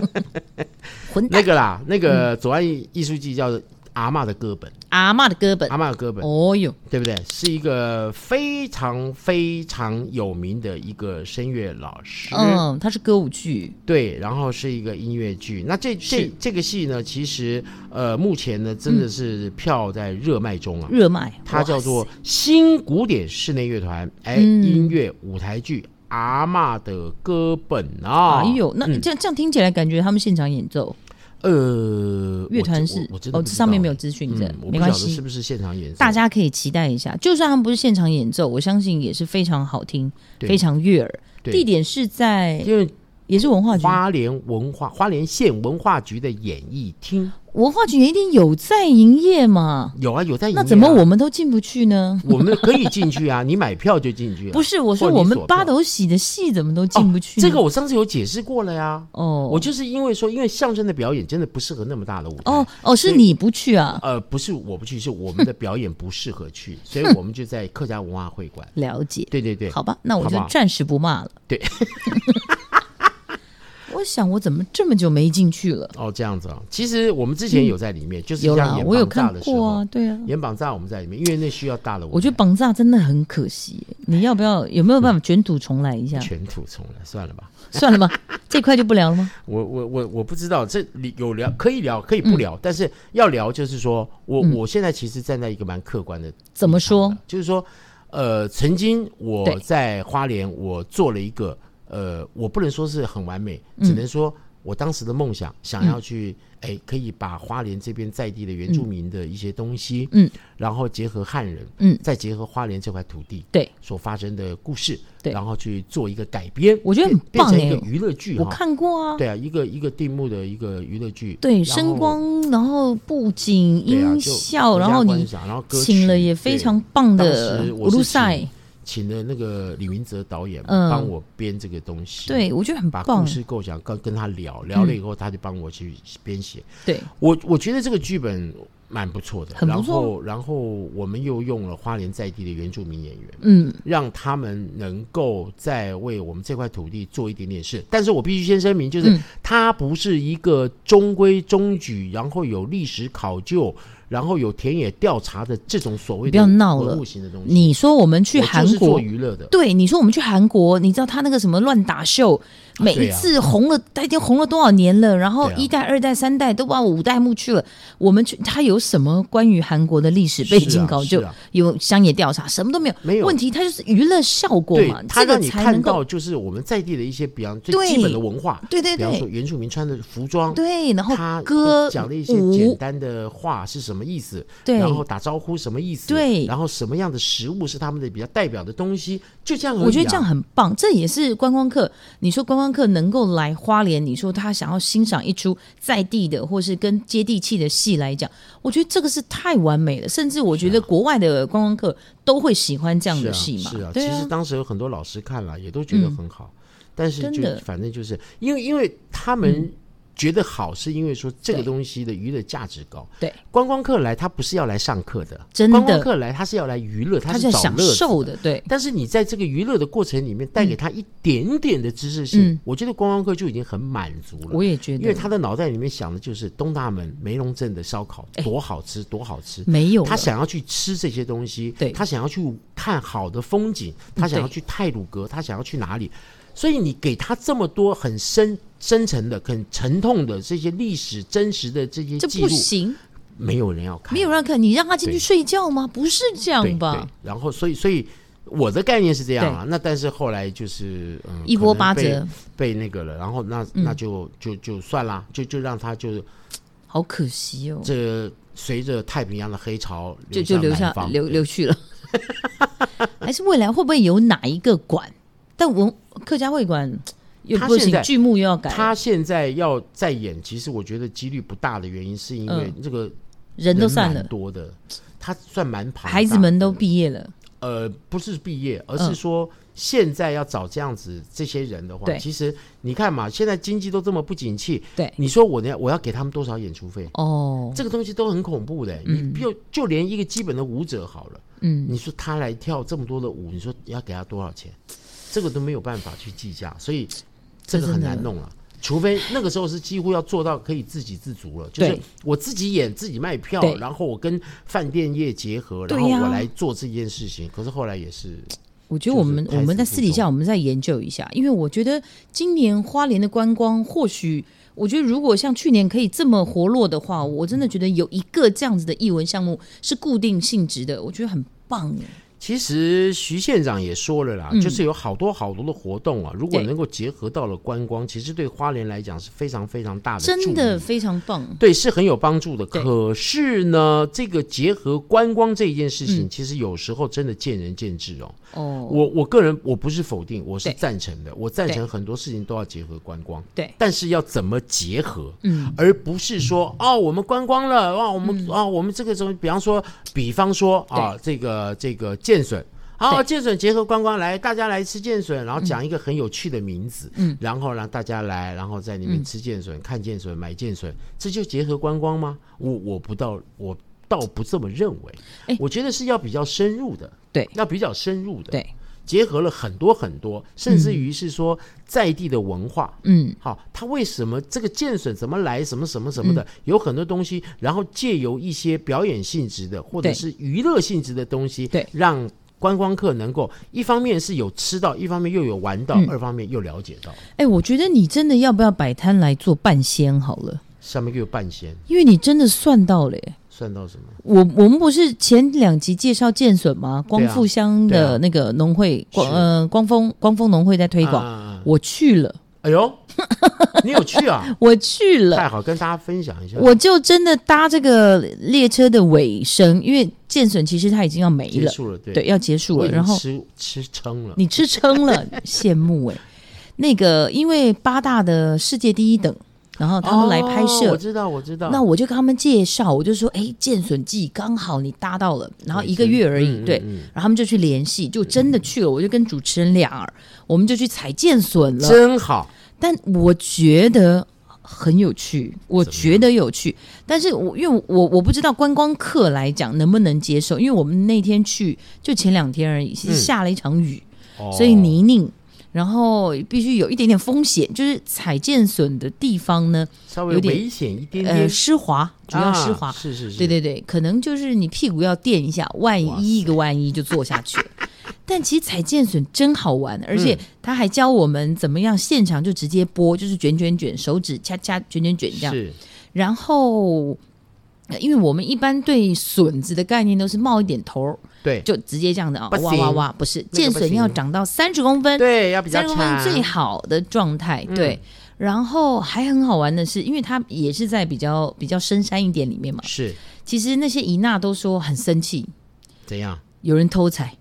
S2: 混
S1: 那
S2: 蛋，
S1: 个啦，那
S2: 嗯
S1: 个左岸艺术季叫《阿嬷的歌本》，
S2: 阿嬷的歌本
S1: 阿，嬷的歌本，
S2: 哦哟，
S1: 对不对？是一个非常非常有名的一个声乐老师，
S2: 嗯，它是歌舞剧，
S1: 对，然后是一个音乐剧。那这这
S2: 是嗯
S1: 这个戏呢，其实呃，目前呢真的是票在热卖中啊。
S2: 热卖，
S1: 它叫做新古典室内乐团，哎，
S2: 嗯
S1: 音乐舞台剧《阿嬷的歌本》
S2: 哇
S1: 啊。
S2: 塞。哎呦，那这样这样听起来感觉他们现场演奏，
S1: 呃，
S2: 乐团
S1: 我
S2: 是
S1: 我我真的
S2: 哦，
S1: 不
S2: 这
S1: 知
S2: 上面
S1: 道
S2: 没有资讯的
S1: 嗯，我不
S2: 没
S1: 晓
S2: 关
S1: 得
S2: 系
S1: 是，不是现场演奏，
S2: 大家可以期待一下。就算他们不是现场演奏，我相信也是非常好听，
S1: 对
S2: 非常悦耳。
S1: 对
S2: 地点是在
S1: 因为
S2: 也是文化局，
S1: 花莲文化花莲县文化局的演艺厅
S2: 文化局也一定有在营业嘛？
S1: 有啊，有在营业啊、
S2: 那怎么我们都进不去呢？
S1: 我们可以进去啊？你买票就进去啊？
S2: 不是，我说
S1: 或者你
S2: 我们
S1: 锁票
S2: 八斗喜的戏怎么都进不去
S1: 哦
S2: 呢、
S1: 这个我上次有解释过了呀。
S2: 哦，
S1: 我就是因为说，因为相声的表演真的不适合那么大的舞台。
S2: 哦哦，是你不去啊？
S1: 呃，不是我不去，是我们的表演不适合 去，所以我们就在客家文化会馆。
S2: 了解，
S1: 对对对，
S2: 好吧，那我
S1: 好
S2: 就
S1: 不好
S2: 暂时不骂了。
S1: 对，
S2: 我想我怎么这么久没进去了？
S1: 哦，这样子啊、其实我们之前有在里面， 就是
S2: 嗯有
S1: 像
S2: 啦，
S1: 演
S2: 我有
S1: 绑
S2: 看
S1: 架的时
S2: 过
S1: 候
S2: 啊，，对啊。
S1: 演绑架我们在里面，因为那需要大的舞台。
S2: 我觉得绑架真的很可惜，你要不要有没有办法卷土重来一 下？
S1: 全土重来，算了吧。
S2: 算了 吧，这块就不聊了吗？
S1: 我我我我不知道，这里有聊可以聊，可以
S2: 嗯
S1: 不聊，但是要聊就是说我、我现在其实站在一个蛮客观的立场的，
S2: 怎么说？
S1: 就是说，呃，曾经我
S2: 对
S1: 在花莲，我做了一个呃，我不能说是很完美，
S2: 嗯
S1: 只能说。我当时的梦想，想要去，哎、可以把花莲这边在地的原住民的一些东西，
S2: 嗯，
S1: 然后结合汉人，
S2: 嗯
S1: 再结合花莲这块土地
S2: 对，
S1: 所发生的故事，
S2: 对
S1: 然后去做一个改编，
S2: 我觉得很
S1: 变
S2: 棒
S1: 成一
S2: 哎
S1: 个娱乐剧
S2: 我
S1: 哈。
S2: 看过啊，
S1: 对啊，一个一个定目的一个娱乐剧，
S2: 对，
S1: 然
S2: 声
S1: 后
S2: 光，然后布景、
S1: 对啊
S2: 音
S1: 就
S2: 效，
S1: 合
S2: 然
S1: 家
S2: 后
S1: 观
S2: 你
S1: 赏然后歌
S2: 请了
S1: 曲
S2: 也非
S1: 对
S2: 常棒的
S1: 当时我
S2: 乌
S1: 是
S2: 鲁塞
S1: 请，请了那个李明哲导演
S2: 嗯
S1: 帮我编这个东西，
S2: 对，我觉得很
S1: 把
S2: 棒嗯
S1: 故。事构想跟跟他聊聊了以后，他就帮我去编写。
S2: 对，
S1: 我我觉得这个剧本蛮不错的，
S2: 很不
S1: 然
S2: 错
S1: 后然后我们又用了花莲在地的原住民演员，
S2: 嗯，
S1: 让他们能够再为我们这块土地做一点点事。但是我必须先声明，就是、
S2: 嗯
S1: 它不是一个中规中矩，然后有历史考究，然后有田野调查的这种所谓的
S2: 不要闹了
S1: 文物型的东西。
S2: 你说我们去
S1: 我
S2: 韩
S1: 就是
S2: 国
S1: 做，娱乐的，
S2: 对，你说我们去韩国，你知道他那个什么乱打秀，每
S1: 对
S2: 一
S1: 啊
S2: 次红了，他已经红了多少年了，然后
S1: 对啊
S2: 一代、二代、三代都把五代目去了，我们去他有什么关于韩国的历史背
S1: 是啊
S2: 景考究，
S1: 是啊
S2: 有乡野调查，什么都没有，
S1: 没有
S2: 问题，他就是娱乐效果
S1: 对
S2: 嘛，
S1: 它
S2: 这个
S1: 让你
S2: 才能
S1: 看
S2: 够
S1: 到。就是我们在地的一些比方最
S2: 对
S1: 基本的文化，
S2: 对对
S1: 比方说
S2: 对
S1: 原住民穿的服装，
S2: 对，然后
S1: 他
S2: 歌
S1: 讲了一些简
S2: 舞，
S1: 单的话是什么意思，
S2: 对
S1: 然后打招呼什么意思，
S2: 对
S1: 然后什么样的食物是他们的比较代表的东西，就这样而已啊、
S2: 我觉得这样很棒，这也是观光客。你说观光客能够来花莲，你说他想要欣赏一出在地的或是跟接地气的戏来讲，我觉得这个是太完美了。甚至我觉得国外的观光客都会喜欢这样的戏
S1: 啊
S2: 嘛，
S1: 是啊，是啊
S2: 对
S1: 其实
S2: 啊，嗯
S1: 当时有很多老师看了，也都觉得很好，但是
S2: 真
S1: 就
S2: 的嗯
S1: 反正就是因为因为他们觉得好，是因为说这个
S2: 对
S1: 东西的娱乐价值高。
S2: 对，
S1: 观光客来，他不是要来上课的，
S2: 真的
S1: 观光客来他是要来娱乐，
S2: 他
S1: 是
S2: 是
S1: 找
S2: 享
S1: 乐子
S2: 受
S1: 的。
S2: 的，对，
S1: 但是你在这个娱乐的过程里面带给他一点点的知识性，
S2: 嗯
S1: 我觉得观光客就已经很满足了。
S2: 我也觉
S1: 因为
S2: 得
S1: 他的脑袋里面想的就是东大门梅龙镇的烧烤多好吃，多好吃。
S2: 哎没有
S1: 他
S2: 了
S1: 想要去吃这些东西，
S2: 对嗯
S1: 他想要去看好的风景，他想要去泰鲁阁，他想要去哪里？所以你给他这么多很深深沉的、很沉痛的这些历史真实的这些
S2: 这
S1: 记
S2: 不
S1: 录，
S2: 行，
S1: 没有人要看，
S2: 没有让看，你让他进去
S1: 对
S2: 睡觉吗？不是
S1: 对
S2: 这样
S1: 对
S2: 嗯吧？。
S1: 然后，所以，所以我的概念是这样啊。那但是后来就是，嗯，
S2: 一波八
S1: 可能
S2: 折，嗯
S1: 被，被那个了。然后那那就就就算啦，就就让他就
S2: 好可惜哦。
S1: 这随着太平洋的黑潮
S2: 就就留
S1: 下
S2: 下
S1: 南方
S2: 留留去了。 还是未来会不会有哪一个馆？但文客家会馆又
S1: 他
S2: 不
S1: 现
S2: 行
S1: 在，
S2: 剧目又要改，
S1: 他现在要再演，其实我觉得几率不大的原因，是因为
S2: 嗯
S1: 这个
S2: 人都散
S1: 蛮
S2: 了，
S1: 多的，他算蛮庞大的
S2: 孩子们都嗯毕业了，
S1: 呃，不是毕业，而是说现在要找这样子这些人的话，
S2: 对
S1: 其实你看嘛，现在经济都这么不景气，
S2: 对
S1: 你说我呢，我要给他们多少演出费？
S2: 哦，
S1: 这个东西都很恐怖的，你就就连一个基本的舞者好了，
S2: 嗯，
S1: 你说他来跳这么多的舞，你说要给他多少钱？这个都没有办法去计价，所以这个
S2: 这
S1: 很
S2: 真的
S1: 难弄了。除非那个时候是几乎要做到可以自给自足了，就是
S2: 对
S1: 我自己演自己卖票
S2: 对，
S1: 然后我跟饭店业结合，
S2: 对
S1: 然后
S2: 呀
S1: 我来做这件事情。可是后来也是
S2: 我觉得我们
S1: 就是
S2: 我们在
S1: 开始
S2: 私底
S1: 注重
S2: 下我们再研究一下，因为我觉得今年花莲的观光或许。我觉得，如果像去年可以这么活络的话，我真的觉得有一个这样子的艺文项目是固定性质的，我觉得很棒耶。
S1: 其实徐县长也说了啦，就是有好多好多的活动啊，如果
S2: 嗯对
S1: 能够结合到了观光，其实对花莲来讲是非常非常大的助
S2: 真
S1: 益
S2: 的非常棒。
S1: 对，是很有帮助的。
S2: 对
S1: 可是呢，这个结合观光这一件事
S2: 嗯
S1: 情，其实有时候真的见仁见智哦。
S2: 哦，
S1: 我我个人我不是否定，我是
S2: 对
S1: 赞成的。我赞
S2: 对
S1: 成很多事情都要结合观光，
S2: 对，
S1: 但是要怎么结合？
S2: 嗯，
S1: 而不是说哦，我们观光了，哇，我们啊、我们这个什么，比方说，比方说啊，这个这个剑笋。好，
S2: 对嗯
S1: 剑笋结合观光来，大家来吃剑笋，然后讲一个很有趣的名字，嗯，然后让大家来，然后在里
S2: 嗯
S1: 面吃剑笋、看剑笋、买剑笋，这就结合观光吗？我我不到，我倒不这么认为，
S2: 哎
S1: 我觉得是要比较深入的，
S2: 对
S1: 要比较深入的，，
S2: 对，
S1: 结合了很多很多，甚至于是说在地的文化，
S2: 嗯，
S1: 好，它为什么这个剑笋怎么来，什么什么什
S2: 嗯
S1: 么的，有很多东西，然后借由一些表演性质的或者
S2: 对
S1: 是娱乐性质的东西，
S2: 对
S1: 让观光客能够一方面是有吃到，一方面又有玩
S2: 嗯
S1: 到，二方面又了解到，
S2: 哎、我觉得你真的要不要摆摊来做半仙好了？
S1: 上面又有半仙，
S2: 因为你真的算到了耶。
S1: 算到什么？
S2: 我我们不是前两集介绍剑笋吗？光复乡
S1: 对啊对
S2: 的
S1: 啊
S2: 那个农会，光
S1: 是
S2: 呃光丰光丰农会在推广，
S1: 啊啊啊
S2: 我去了，
S1: 哎呦，你有去啊？
S2: 我去了，
S1: 太好，跟大家分享一下。
S2: 我就真的搭这个列车的尾声，因为剑笋其实它已经要没
S1: 结
S2: 了，
S1: 束了，对
S2: 对，要结束
S1: 我
S2: 了，
S1: 已经
S2: 然后
S1: 吃吃撑了，
S2: 你吃撑 了，羡慕哎、那个，因为八大的世界第一等，然后他们来拍
S1: 哦
S2: 摄，
S1: 我知道，我知道。
S2: 那我就跟他们介绍，我就说，哎，剑笋季刚好你搭到了，然后一个
S1: 是
S2: 月而已，
S1: 嗯
S2: 对。
S1: 嗯
S2: 然后他们就去联系，就真的去了。我就跟主持人俩儿，我们就去采剑笋
S1: 嗯
S2: 了。
S1: 真好，
S2: 但我觉得很有趣，我觉得有趣。但是我因为我我不知道观光客来讲能不能接受，因为我们那天去就前两天而已，是
S1: 嗯
S2: 下了一场雨，
S1: 哦
S2: 所以泥泞，然后必须有一点点风险，就是采剑笋的地方呢，
S1: 稍微
S2: 有点
S1: 危险一点点
S2: 呃，，湿滑，主要湿滑。
S1: 啊是是是，
S2: 对对对，可能就是你屁股要垫一下，万
S1: 哇
S2: 一一个万一就坐下去了。 但其实踩剑笋真好玩，而
S1: 嗯
S2: 且他还教我们怎么样现场就直接剥，就是卷卷卷，手指掐掐卷卷卷这样。
S1: 是
S2: 然后，呃因为我们一般对笋子的概念都是冒一点头儿，
S1: 对
S2: 就直接这样的啊，
S1: 不行
S2: 哇哇哇，不是
S1: 那个
S2: 剑
S1: 不
S2: 笋要
S1: 行
S2: 长到三十公分，
S1: 对，要比较嗯
S2: 三公分
S1: 长，
S2: 最好的状态，对。然后还很好玩的是，因为它也是在比较比较深山一点里面嘛。
S1: 是
S2: 其实那些姨娜都说很生气，
S1: 怎样？
S2: 有人偷采，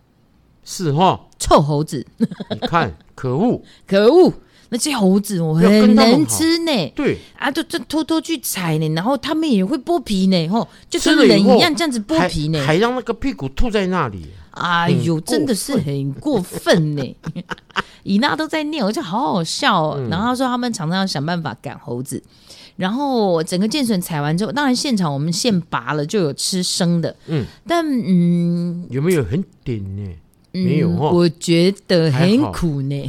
S1: 是哈，
S2: 臭猴子，
S1: 你看， 可恶，
S2: 可恶！那些猴子我
S1: 要
S2: 很
S1: 跟他们
S2: 能
S1: 好
S2: 吃呢，
S1: 对，
S2: 啊，就就偷偷去采呢，然后他们也会剥皮呢，吼，就
S1: 吃
S2: 跟
S1: 了以
S2: 人
S1: 后
S2: 一样这样子剥
S1: 还
S2: 皮呢。
S1: 还让那个屁股吐在那里，
S2: 哎呦，
S1: 很过分
S2: 真的是很过分呢！ 伊娜都在念，我就好好笑、
S1: 嗯
S2: 哦。然后他说他们常常要想办法赶猴子，然后整个剑笋采完之后，当然现场我们现拔了，就有吃生的。
S1: 嗯，
S2: 但嗯，
S1: 有没有很顶呢？
S2: 嗯
S1: 没有哦，
S2: 我觉得
S1: 还
S2: 很
S1: 好
S2: 苦呢。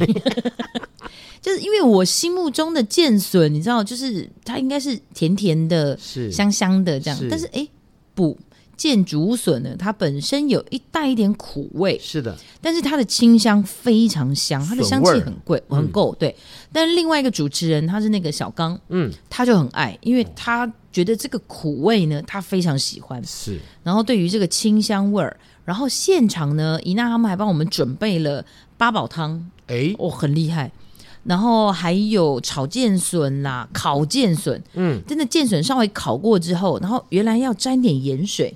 S2: 就是因为我心目中的剑笋，你知道，就是它应该是甜甜的、
S1: 是
S2: 香香的这样，
S1: 是
S2: 但是哎，不，剑竹笋呢，它本身有一带一点苦味，
S1: 是的，
S2: 但是它的清香非常香，它的香气
S1: 笋味儿嗯
S2: 很贵，很够。对，但另外一个主持人他是那个小刚，
S1: 嗯，
S2: 他就很爱，因为他觉得这个苦味呢，他非常喜欢。
S1: 是
S2: 然后对于这个清香味儿，然后现场呢，伊娜他们还帮我们准备了八宝汤，
S1: 哎，
S2: 哦，很厉害。然后还有炒剑笋啦、烤剑笋，
S1: 嗯，
S2: 真的剑笋稍微烤过之后，然后原来要沾点盐水，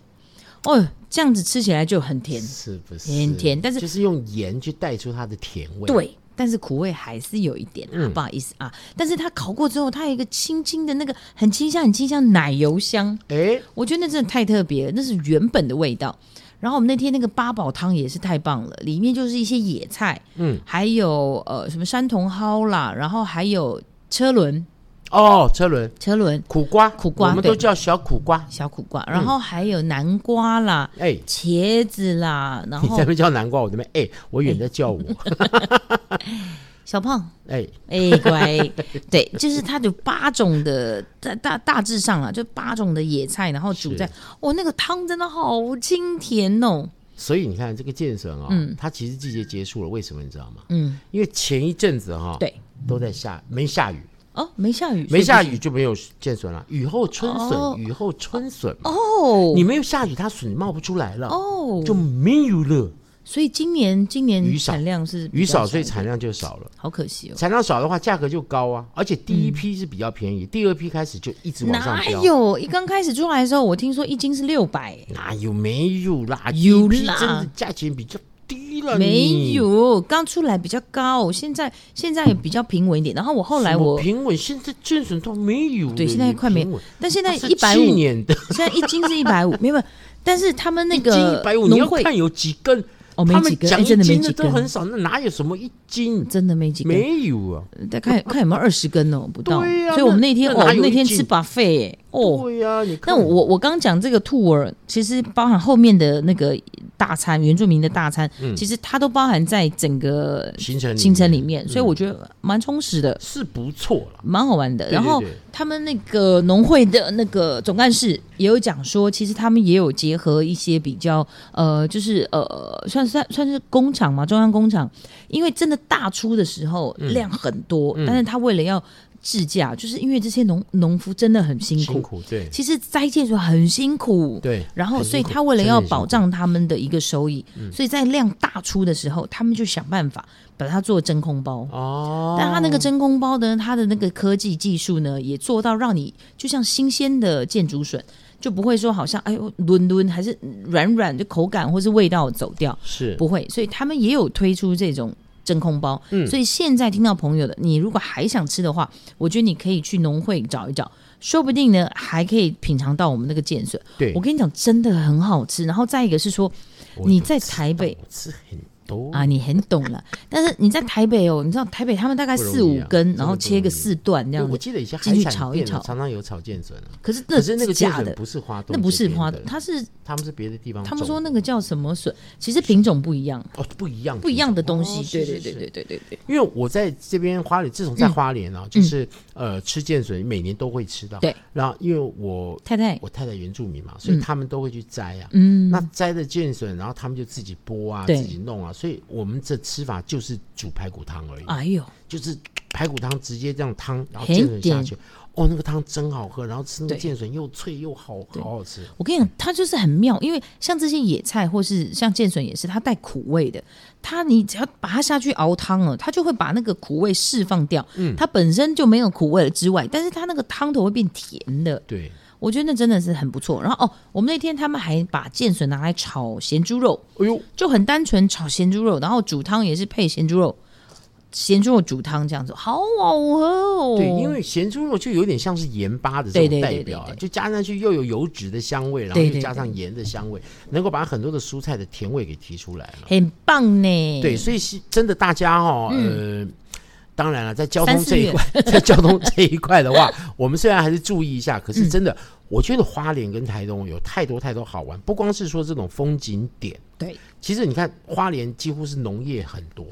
S2: 哦，这样子吃起来就很甜，
S1: 是不是？
S2: 甜甜但是
S1: 就是用盐去带出它的甜味。，
S2: 对。但是苦味还是有一点、啊，不好意思啊。但是它烤过之后，它有一个轻轻的那个很清香、很清香奶油香，
S1: 哎，
S2: 我觉得那真的太特别了，那是原本的味道。然后我们那天那个八宝汤也是太棒了，里面就是一些野菜，
S1: 嗯，
S2: 还有呃什么山茼蒿啦，然后还有车轮，
S1: 哦，车轮
S2: 车轮
S1: 苦瓜，
S2: 苦瓜
S1: 我们都
S2: 对
S1: 叫小苦瓜。
S2: 小苦
S1: 嗯
S2: 瓜，然后还有南瓜啦、
S1: 哎，
S2: 茄子啦，然
S1: 你在
S2: 后哎
S1: 那边叫南瓜，我这边哎，我远在叫我。
S2: 小胖。
S1: 哎，
S2: 哎、 乖，对，就是它有八种的大大大致上啊，就八种的野菜，然后煮在
S1: 是，
S2: 哦，那个汤真的好清甜哦，
S1: 所以你看这个剑笋啊，它其实季节结束了，为什么你知道吗？
S2: 嗯，
S1: 因为前一阵子哈，
S2: 对，
S1: 都在下没下雨，
S2: 哦，没下雨，
S1: 没下
S2: 所以
S1: 雨就没有剑笋了。雨后春
S2: 哦
S1: 笋，雨后春笋嘛，
S2: 不
S1: 你
S2: 是
S1: 没有下雨，它笋冒不出来了，
S2: 哦
S1: 就
S2: 哦，
S1: 没有了。
S2: 所以今年今年
S1: 雨少
S2: 产量是比
S1: 雨
S2: 较
S1: 少，所以
S2: 的
S1: 产量就少了。
S2: 好可惜哦，嗯
S1: 产量少的话，价格就高啊。而且第一批是比较便宜，第二批开始就一直往上
S2: 哪
S1: 飙。
S2: 有？一刚开始出来的时候，我听说一斤是六百，
S1: 哪有没有啦？
S2: 有啦
S1: 第一批真的价钱比较低了。
S2: 没
S1: 你，
S2: 有，刚出来比较高，哦现在现在也比较平稳一点。然后我后来
S1: 什么
S2: 哎我，
S1: 平稳，现在正损都没有了。
S2: 对现在快没
S1: 平稳啊
S2: 但现在
S1: 它是
S2: 一百
S1: 去
S2: 五，
S1: 年的
S2: 现在一斤是一百五，没有，没有但是他们那
S1: 斤
S2: 个
S1: 一百五，你
S2: 农
S1: 要
S2: 会
S1: 看有几根。
S2: 哦，没
S1: 他
S2: 几
S1: 们
S2: 根，
S1: 讲
S2: 哎，
S1: 一
S2: 真的没
S1: 斤
S2: 几
S1: 的都
S2: 根，
S1: 很少，那哪有什么一斤？
S2: 真的没几根，
S1: 没有啊，
S2: 再看看有没有二十根哦，不到。
S1: 对呀
S2: 所以我们那天
S1: 那
S2: 哦，
S1: 那
S2: 我
S1: 哪有
S2: 们那天
S1: 一斤
S2: 吃 buffet 耶哦，
S1: 对呀，你
S2: 那
S1: 看
S2: 我我刚讲这个 tour，其实包含后面的那个大餐，原住民的大餐，其实它都包含在整个
S1: 嗯行程
S2: 行程里
S1: 面嗯
S2: 面，所以我觉得蛮充实的，
S1: 是不错了。
S2: 蛮好玩的。
S1: 对
S2: 然后
S1: 对对
S2: 他们那个农会的那个总干事也有讲说，其实他们也有结合一些比较呃，就是呃，算算算是工厂嘛，中央工厂，因为真的大出的时候
S1: 嗯
S2: 量很多，但是他为了要制价，就是因为这些农农夫真的很辛苦
S1: 辛。苦，对
S2: 其实摘戒指很辛苦，
S1: 对。
S2: 然后
S1: 很
S2: 所以
S1: 辛苦
S2: 他为了
S1: 真的
S2: 要
S1: 很辛
S2: 保
S1: 苦
S2: 障他们的一个收益，
S1: 嗯
S2: 所以在量大出的时候，他们就想办法把它做真空包。
S1: 哦，
S2: 但它那个真空包呢，它的那个科技技术呢，也做到让你就像新鲜的箭竹笋，就不会说好像哎呦抡抡还是软软的口感或是味道走掉，
S1: 是
S2: 不会。所以他们也有推出这种真空包。
S1: 嗯
S2: 所以现在听到朋友的，你如果还想吃的话，我觉得你可以去农会找一找，说不定呢还可以品尝到我们那个剑笋。
S1: 对
S2: 我跟你讲，真的很好吃。然后再一个是说，你在台北
S1: 我吃很多
S2: 啊，你很懂了。但是你在台北哦，你知道台北他们大概
S1: 不容易啊
S2: 四五根，
S1: 真的
S2: 然后切个四段这
S1: 对
S2: 样
S1: 我
S2: 子。
S1: 记得以前
S2: 进
S1: 海
S2: 去
S1: 产
S2: 炒一
S1: 店啊
S2: 炒
S1: 常常有炒剑笋啊，
S2: 可是那
S1: 啊可是那个剑
S2: 假
S1: 笋
S2: 的，
S1: 不是花东，
S2: 那不是花
S1: 的，
S2: 它是
S1: 他们是别的地方种的。
S2: 他们说那个叫什么笋，其实品种不一样，
S1: 哦不一样，
S2: 不一样的东
S1: 哦
S2: 西。
S1: 是
S2: 对对
S1: 是
S2: 对
S1: 是
S2: 对对对对。
S1: 因为我在这边花莲，自从
S2: 嗯
S1: 在花莲啊，就是呃吃剑笋，每年都会吃到。
S2: 对，
S1: 然后因为我
S2: 太太，
S1: 我太太原住民嘛，所以他们都会去摘啊。
S2: 嗯，
S1: 那摘的剑笋，然后他们就自己剥啊，
S2: 对
S1: 自己弄啊，所以我们这吃法就是煮排骨汤而已，
S2: 哎呦，
S1: 就是排骨汤直接这样汤，然后
S2: 很
S1: 剑笋下
S2: 点
S1: 去，哦，那个汤真好喝，然后吃那个
S2: 对
S1: 剑笋又脆又好，
S2: 对
S1: 好好吃。
S2: 我跟你讲，它就是很妙，因为像这些野菜或是像剑笋也是，它带苦味的。它你只要把它下去熬汤了，它就会把那个苦味释放掉。嗯，它本身就没有苦味了之外，但是它那个汤头会变甜的。
S1: 对，
S2: 我觉得那真的是很不错。然后哦，我们那天他们还把剑笋拿来炒咸猪肉，
S1: 哎呦，
S2: 就很单纯炒咸猪肉，然后煮汤也是配咸猪肉，咸猪肉煮汤这样子，好好喝哦。
S1: 对，因为咸猪肉就有点像是盐巴的这
S2: 对
S1: 种
S2: 对对
S1: 代
S2: 对
S1: 表啊
S2: 对，
S1: 就加上去又有油脂的香味，然后
S2: 对对
S1: 又加上盐的香味，能够把很多的蔬菜的甜味给提出来了。
S2: 很棒呢。
S1: 对，所以是真的，大家哦，呃。当然了，在交
S2: 嗯三
S1: 通
S2: 四
S1: 这一
S2: 月
S1: 块， 在交通这一块的话，我们虽然还是注意一
S2: 嗯
S1: 下，可是真的，我觉得花莲跟台东有太多太多好玩，不光是说这种风景点，
S2: 对，
S1: 其实你看，花莲几乎是农业很多，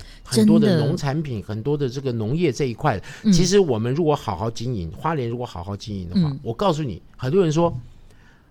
S1: 很
S2: 真的嗯
S1: 多的农产品，很多的这个农业这一块。其实我们如果好好经营，花莲如果好好经营的
S2: 嗯
S1: 话，我告诉你，很多人说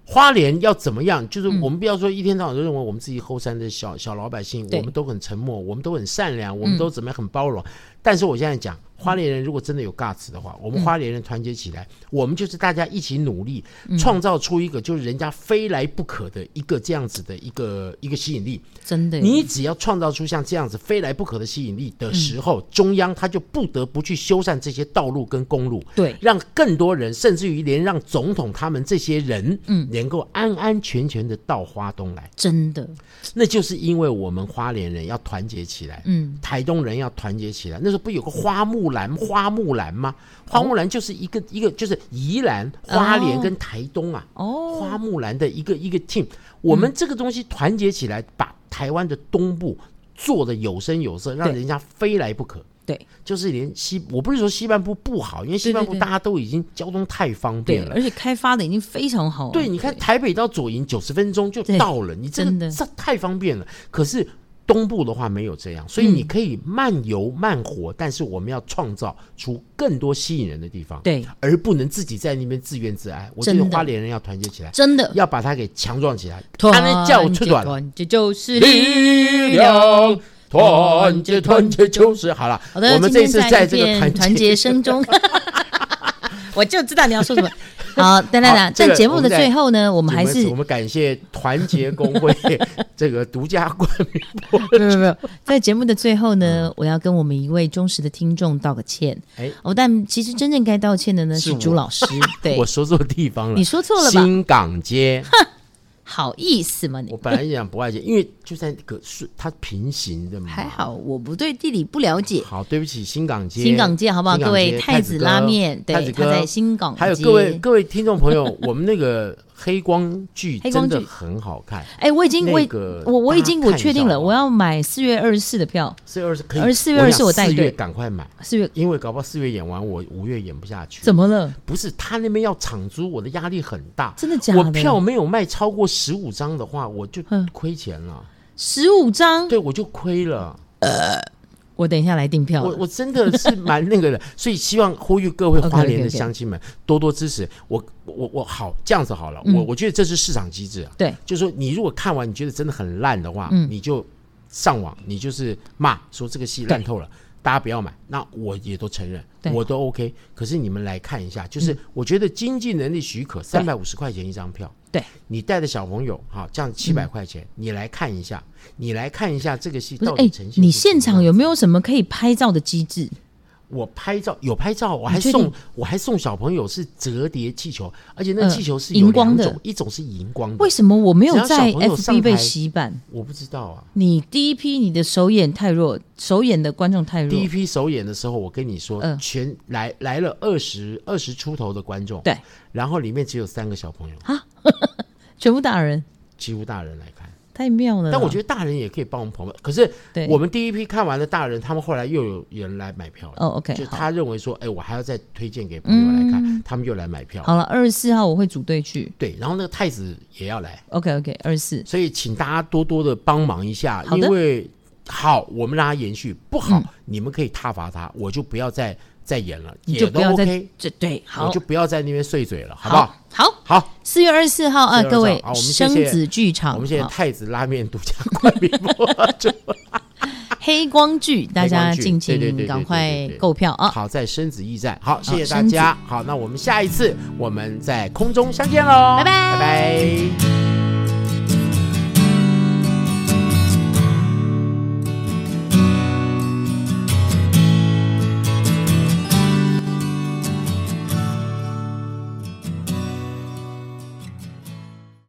S1: 花莲要怎么样，就是我们不要说一天到晚都认为我们自己后山的小小老百姓，
S2: 嗯对嗯
S1: 我们都很沉默，我们都很善良，我们都怎么样很包容。但是我现在讲，花莲人如果真的有 guts 的
S2: 嗯
S1: 话，我们花莲人团结起来，我们就是大家一起努力，
S2: 嗯
S1: 创造出一个就是人家非来不可的一个这样子的一个一个吸引力。
S2: 真的耶，
S1: 你只要创造出像这样子非来不可的吸引力的时候，中央他就不得不去修缮这些道路跟公路，
S2: 对
S1: 让更多人，甚至于连让总统他们这些人，嗯，能够安安全全的到花东来。
S2: 真的，
S1: 那就是因为我们花莲人要团结起来，
S2: 嗯，
S1: 台东人要团结起来。那时候不有个花木兰，花木兰吗？花木兰就是一个、一个就是宜兰、花莲
S2: 哦
S1: 跟台东啊，
S2: 哦，嗯
S1: 花木兰的一个一个 team。我们这个东西团结起来，把台湾的东部做的有声有色，让
S2: 对
S1: 人家非来不可。
S2: 对
S1: 就是连西，我不是说西半部不好，因为西半部
S2: 对对对
S1: 大家都已经交通太方
S2: 对
S1: 便，了。
S2: 而且开发的已经非常好了，
S1: 对，你看台北到左营九十分钟就到了，你这
S2: 真
S1: 个
S2: 的
S1: 这太方便了。可是东部的话没有这样，所以
S2: 嗯
S1: 你可以慢游慢活，但是我们要创造出更多吸引人的地方，，
S2: 对，
S1: 而不能自己在那边自怨自艾。我觉
S2: 真
S1: 得
S2: 的
S1: 花莲人要团结起来，
S2: 真的，
S1: 要把它给强壮起来。他那叫我出短了。
S2: 团结就是
S1: 力
S2: 力
S1: 量
S2: 量。
S1: 团结，团结就是好了。
S2: 好的，
S1: 我们
S2: 今
S1: 这
S2: 天
S1: 次在
S2: 在
S1: 这个
S2: 一片团结声中， 我就知道你要说什么。好，等等
S1: 好
S2: 等，
S1: 这个
S2: 在节目
S1: 我
S2: 的
S1: 们在
S2: 最后呢，我们还是
S1: 我们感谢团结工会这个独家冠名播
S2: 没有没有没有，在节目的最后呢，我要跟我们一位忠实的听众道个歉。
S1: 嗯哎
S2: 哦，但其实真正该道歉的呢
S1: 是
S2: 是
S1: 我
S2: 朱 老师，对
S1: 我，说错地方了
S2: 你，说错了吧？
S1: 新港街，
S2: 好意思吗你
S1: 我？本来想不爱街，因为就在那个是它平行的嘛。
S2: 还好我不对地理不了解。
S1: 好，对不起，新港街，
S2: 新港街好不好？
S1: 新
S2: 各
S1: 港街
S2: 位太子拉面，
S1: 太
S2: 对，
S1: 子
S2: 他
S1: 哥，
S2: 在新港街。
S1: 还有各位各位听众朋友，我们那个黑光剧
S2: 黑光
S1: 真的
S2: 剧
S1: 很好看，
S2: 哎，我已经我
S1: 那个
S2: 我我已经
S1: 大家
S2: 我
S1: 看一下哦
S2: 确定
S1: 好
S2: 了，
S1: 不好
S2: 我要买四月二十四的票，
S1: 四月二十可以，
S2: 而4月20我带
S1: 四月
S2: 队
S1: 赶快买，
S2: 四月
S1: 因为搞不好四月演完，我五月演不下去。
S2: 怎么了？
S1: 不是他那边要场租，我的压力很大。
S2: 真的假的？
S1: 我票没有卖超过十五张的话，我就
S2: 嗯
S1: 亏钱了，
S2: 十五张，
S1: 对我就亏了。
S2: 我等一下来订票了。
S1: 我我真的是蛮那个的， 所以希望呼吁各位
S2: OK，OK，OK
S1: 花莲的乡亲们多多支持我。我我好这样子好了，我我觉得这是市场机制啊。
S2: 嗯对，嗯
S1: 就是说你如果看完你觉得真的很烂的话，你就上网，你就是骂说这个戏烂透了。大家不要买，那我也都承认，
S2: 对嗯
S1: 我都 OK。可是你们来看一下，就是我觉得经济能力许可，三百五十块钱一张票，
S2: 对，嗯
S1: 你带着小朋友，好，这样七百块钱，你来看一下，你来看一下这个戏
S2: 不是
S1: 到
S2: 哎
S1: 底呈现、，
S2: 你现场有没有什么可以拍照的机制？
S1: 我拍照有拍照，我还
S2: 你确
S1: 送
S2: 定
S1: 我还送小朋友是折叠气球，而且那
S2: 呃
S1: 气球是有
S2: 荧光
S1: 两
S2: 的
S1: 种，一种是荧光的
S2: 为，什么我没有
S1: 只要
S2: 在
S1: 小朋友上台
S2: FB 被洗版？
S1: 我不知道啊。
S2: 你第一批你的首演太弱，首演的观众太弱
S1: 第一，批首演的时候，我跟你说，
S2: 嗯
S1: 全来来了二十二十出头的观众，
S2: 对，
S1: 然后里面只有三个小朋友，
S2: 全部打人，
S1: 几乎大人来看。
S2: 太妙了啦。
S1: 但我觉得大人也可以帮我们捧，可是
S2: 嗯对
S1: 我们第一批看完的大人，他们后来又有人来买票了。
S2: 哦，OK，
S1: 就
S2: 好嗯
S1: 他认为说，哎，我还要再推荐给朋友来看，他们又来买票。
S2: 好了，二十四号我会组队去。
S1: 对，然后那个太子也要来。
S2: OK OK，二十四，
S1: 所以请大家多多的帮忙一下，
S2: 好
S1: 因
S2: 的嗯
S1: 为好我们让它延续，不好、你们可以挞伐它，我就不要再再演了，
S2: 你
S1: 也
S2: 就
S1: 都
S2: 不要再
S1: OK，
S2: 这对好
S1: 我就不要在那边碎嘴了，好不好？？
S2: 好，
S1: 好，
S2: 四月二十四号啊，
S1: 4月24
S2: 各位
S1: 好我们谢谢
S2: 生子剧场，
S1: 我们谢谢
S2: 好
S1: 太子拉面独家冠名播出，
S2: 黑光剧， 大家敬
S1: 对对对对对
S2: 请赶
S1: 对
S2: 快
S1: 对对
S2: 购票啊！
S1: 好在生子驿站，好，谢谢
S2: 好
S1: 大
S2: 生子
S1: 家，好，那我们下一次我们在空中相见喽，
S2: 拜
S1: 拜
S2: 拜
S1: 拜。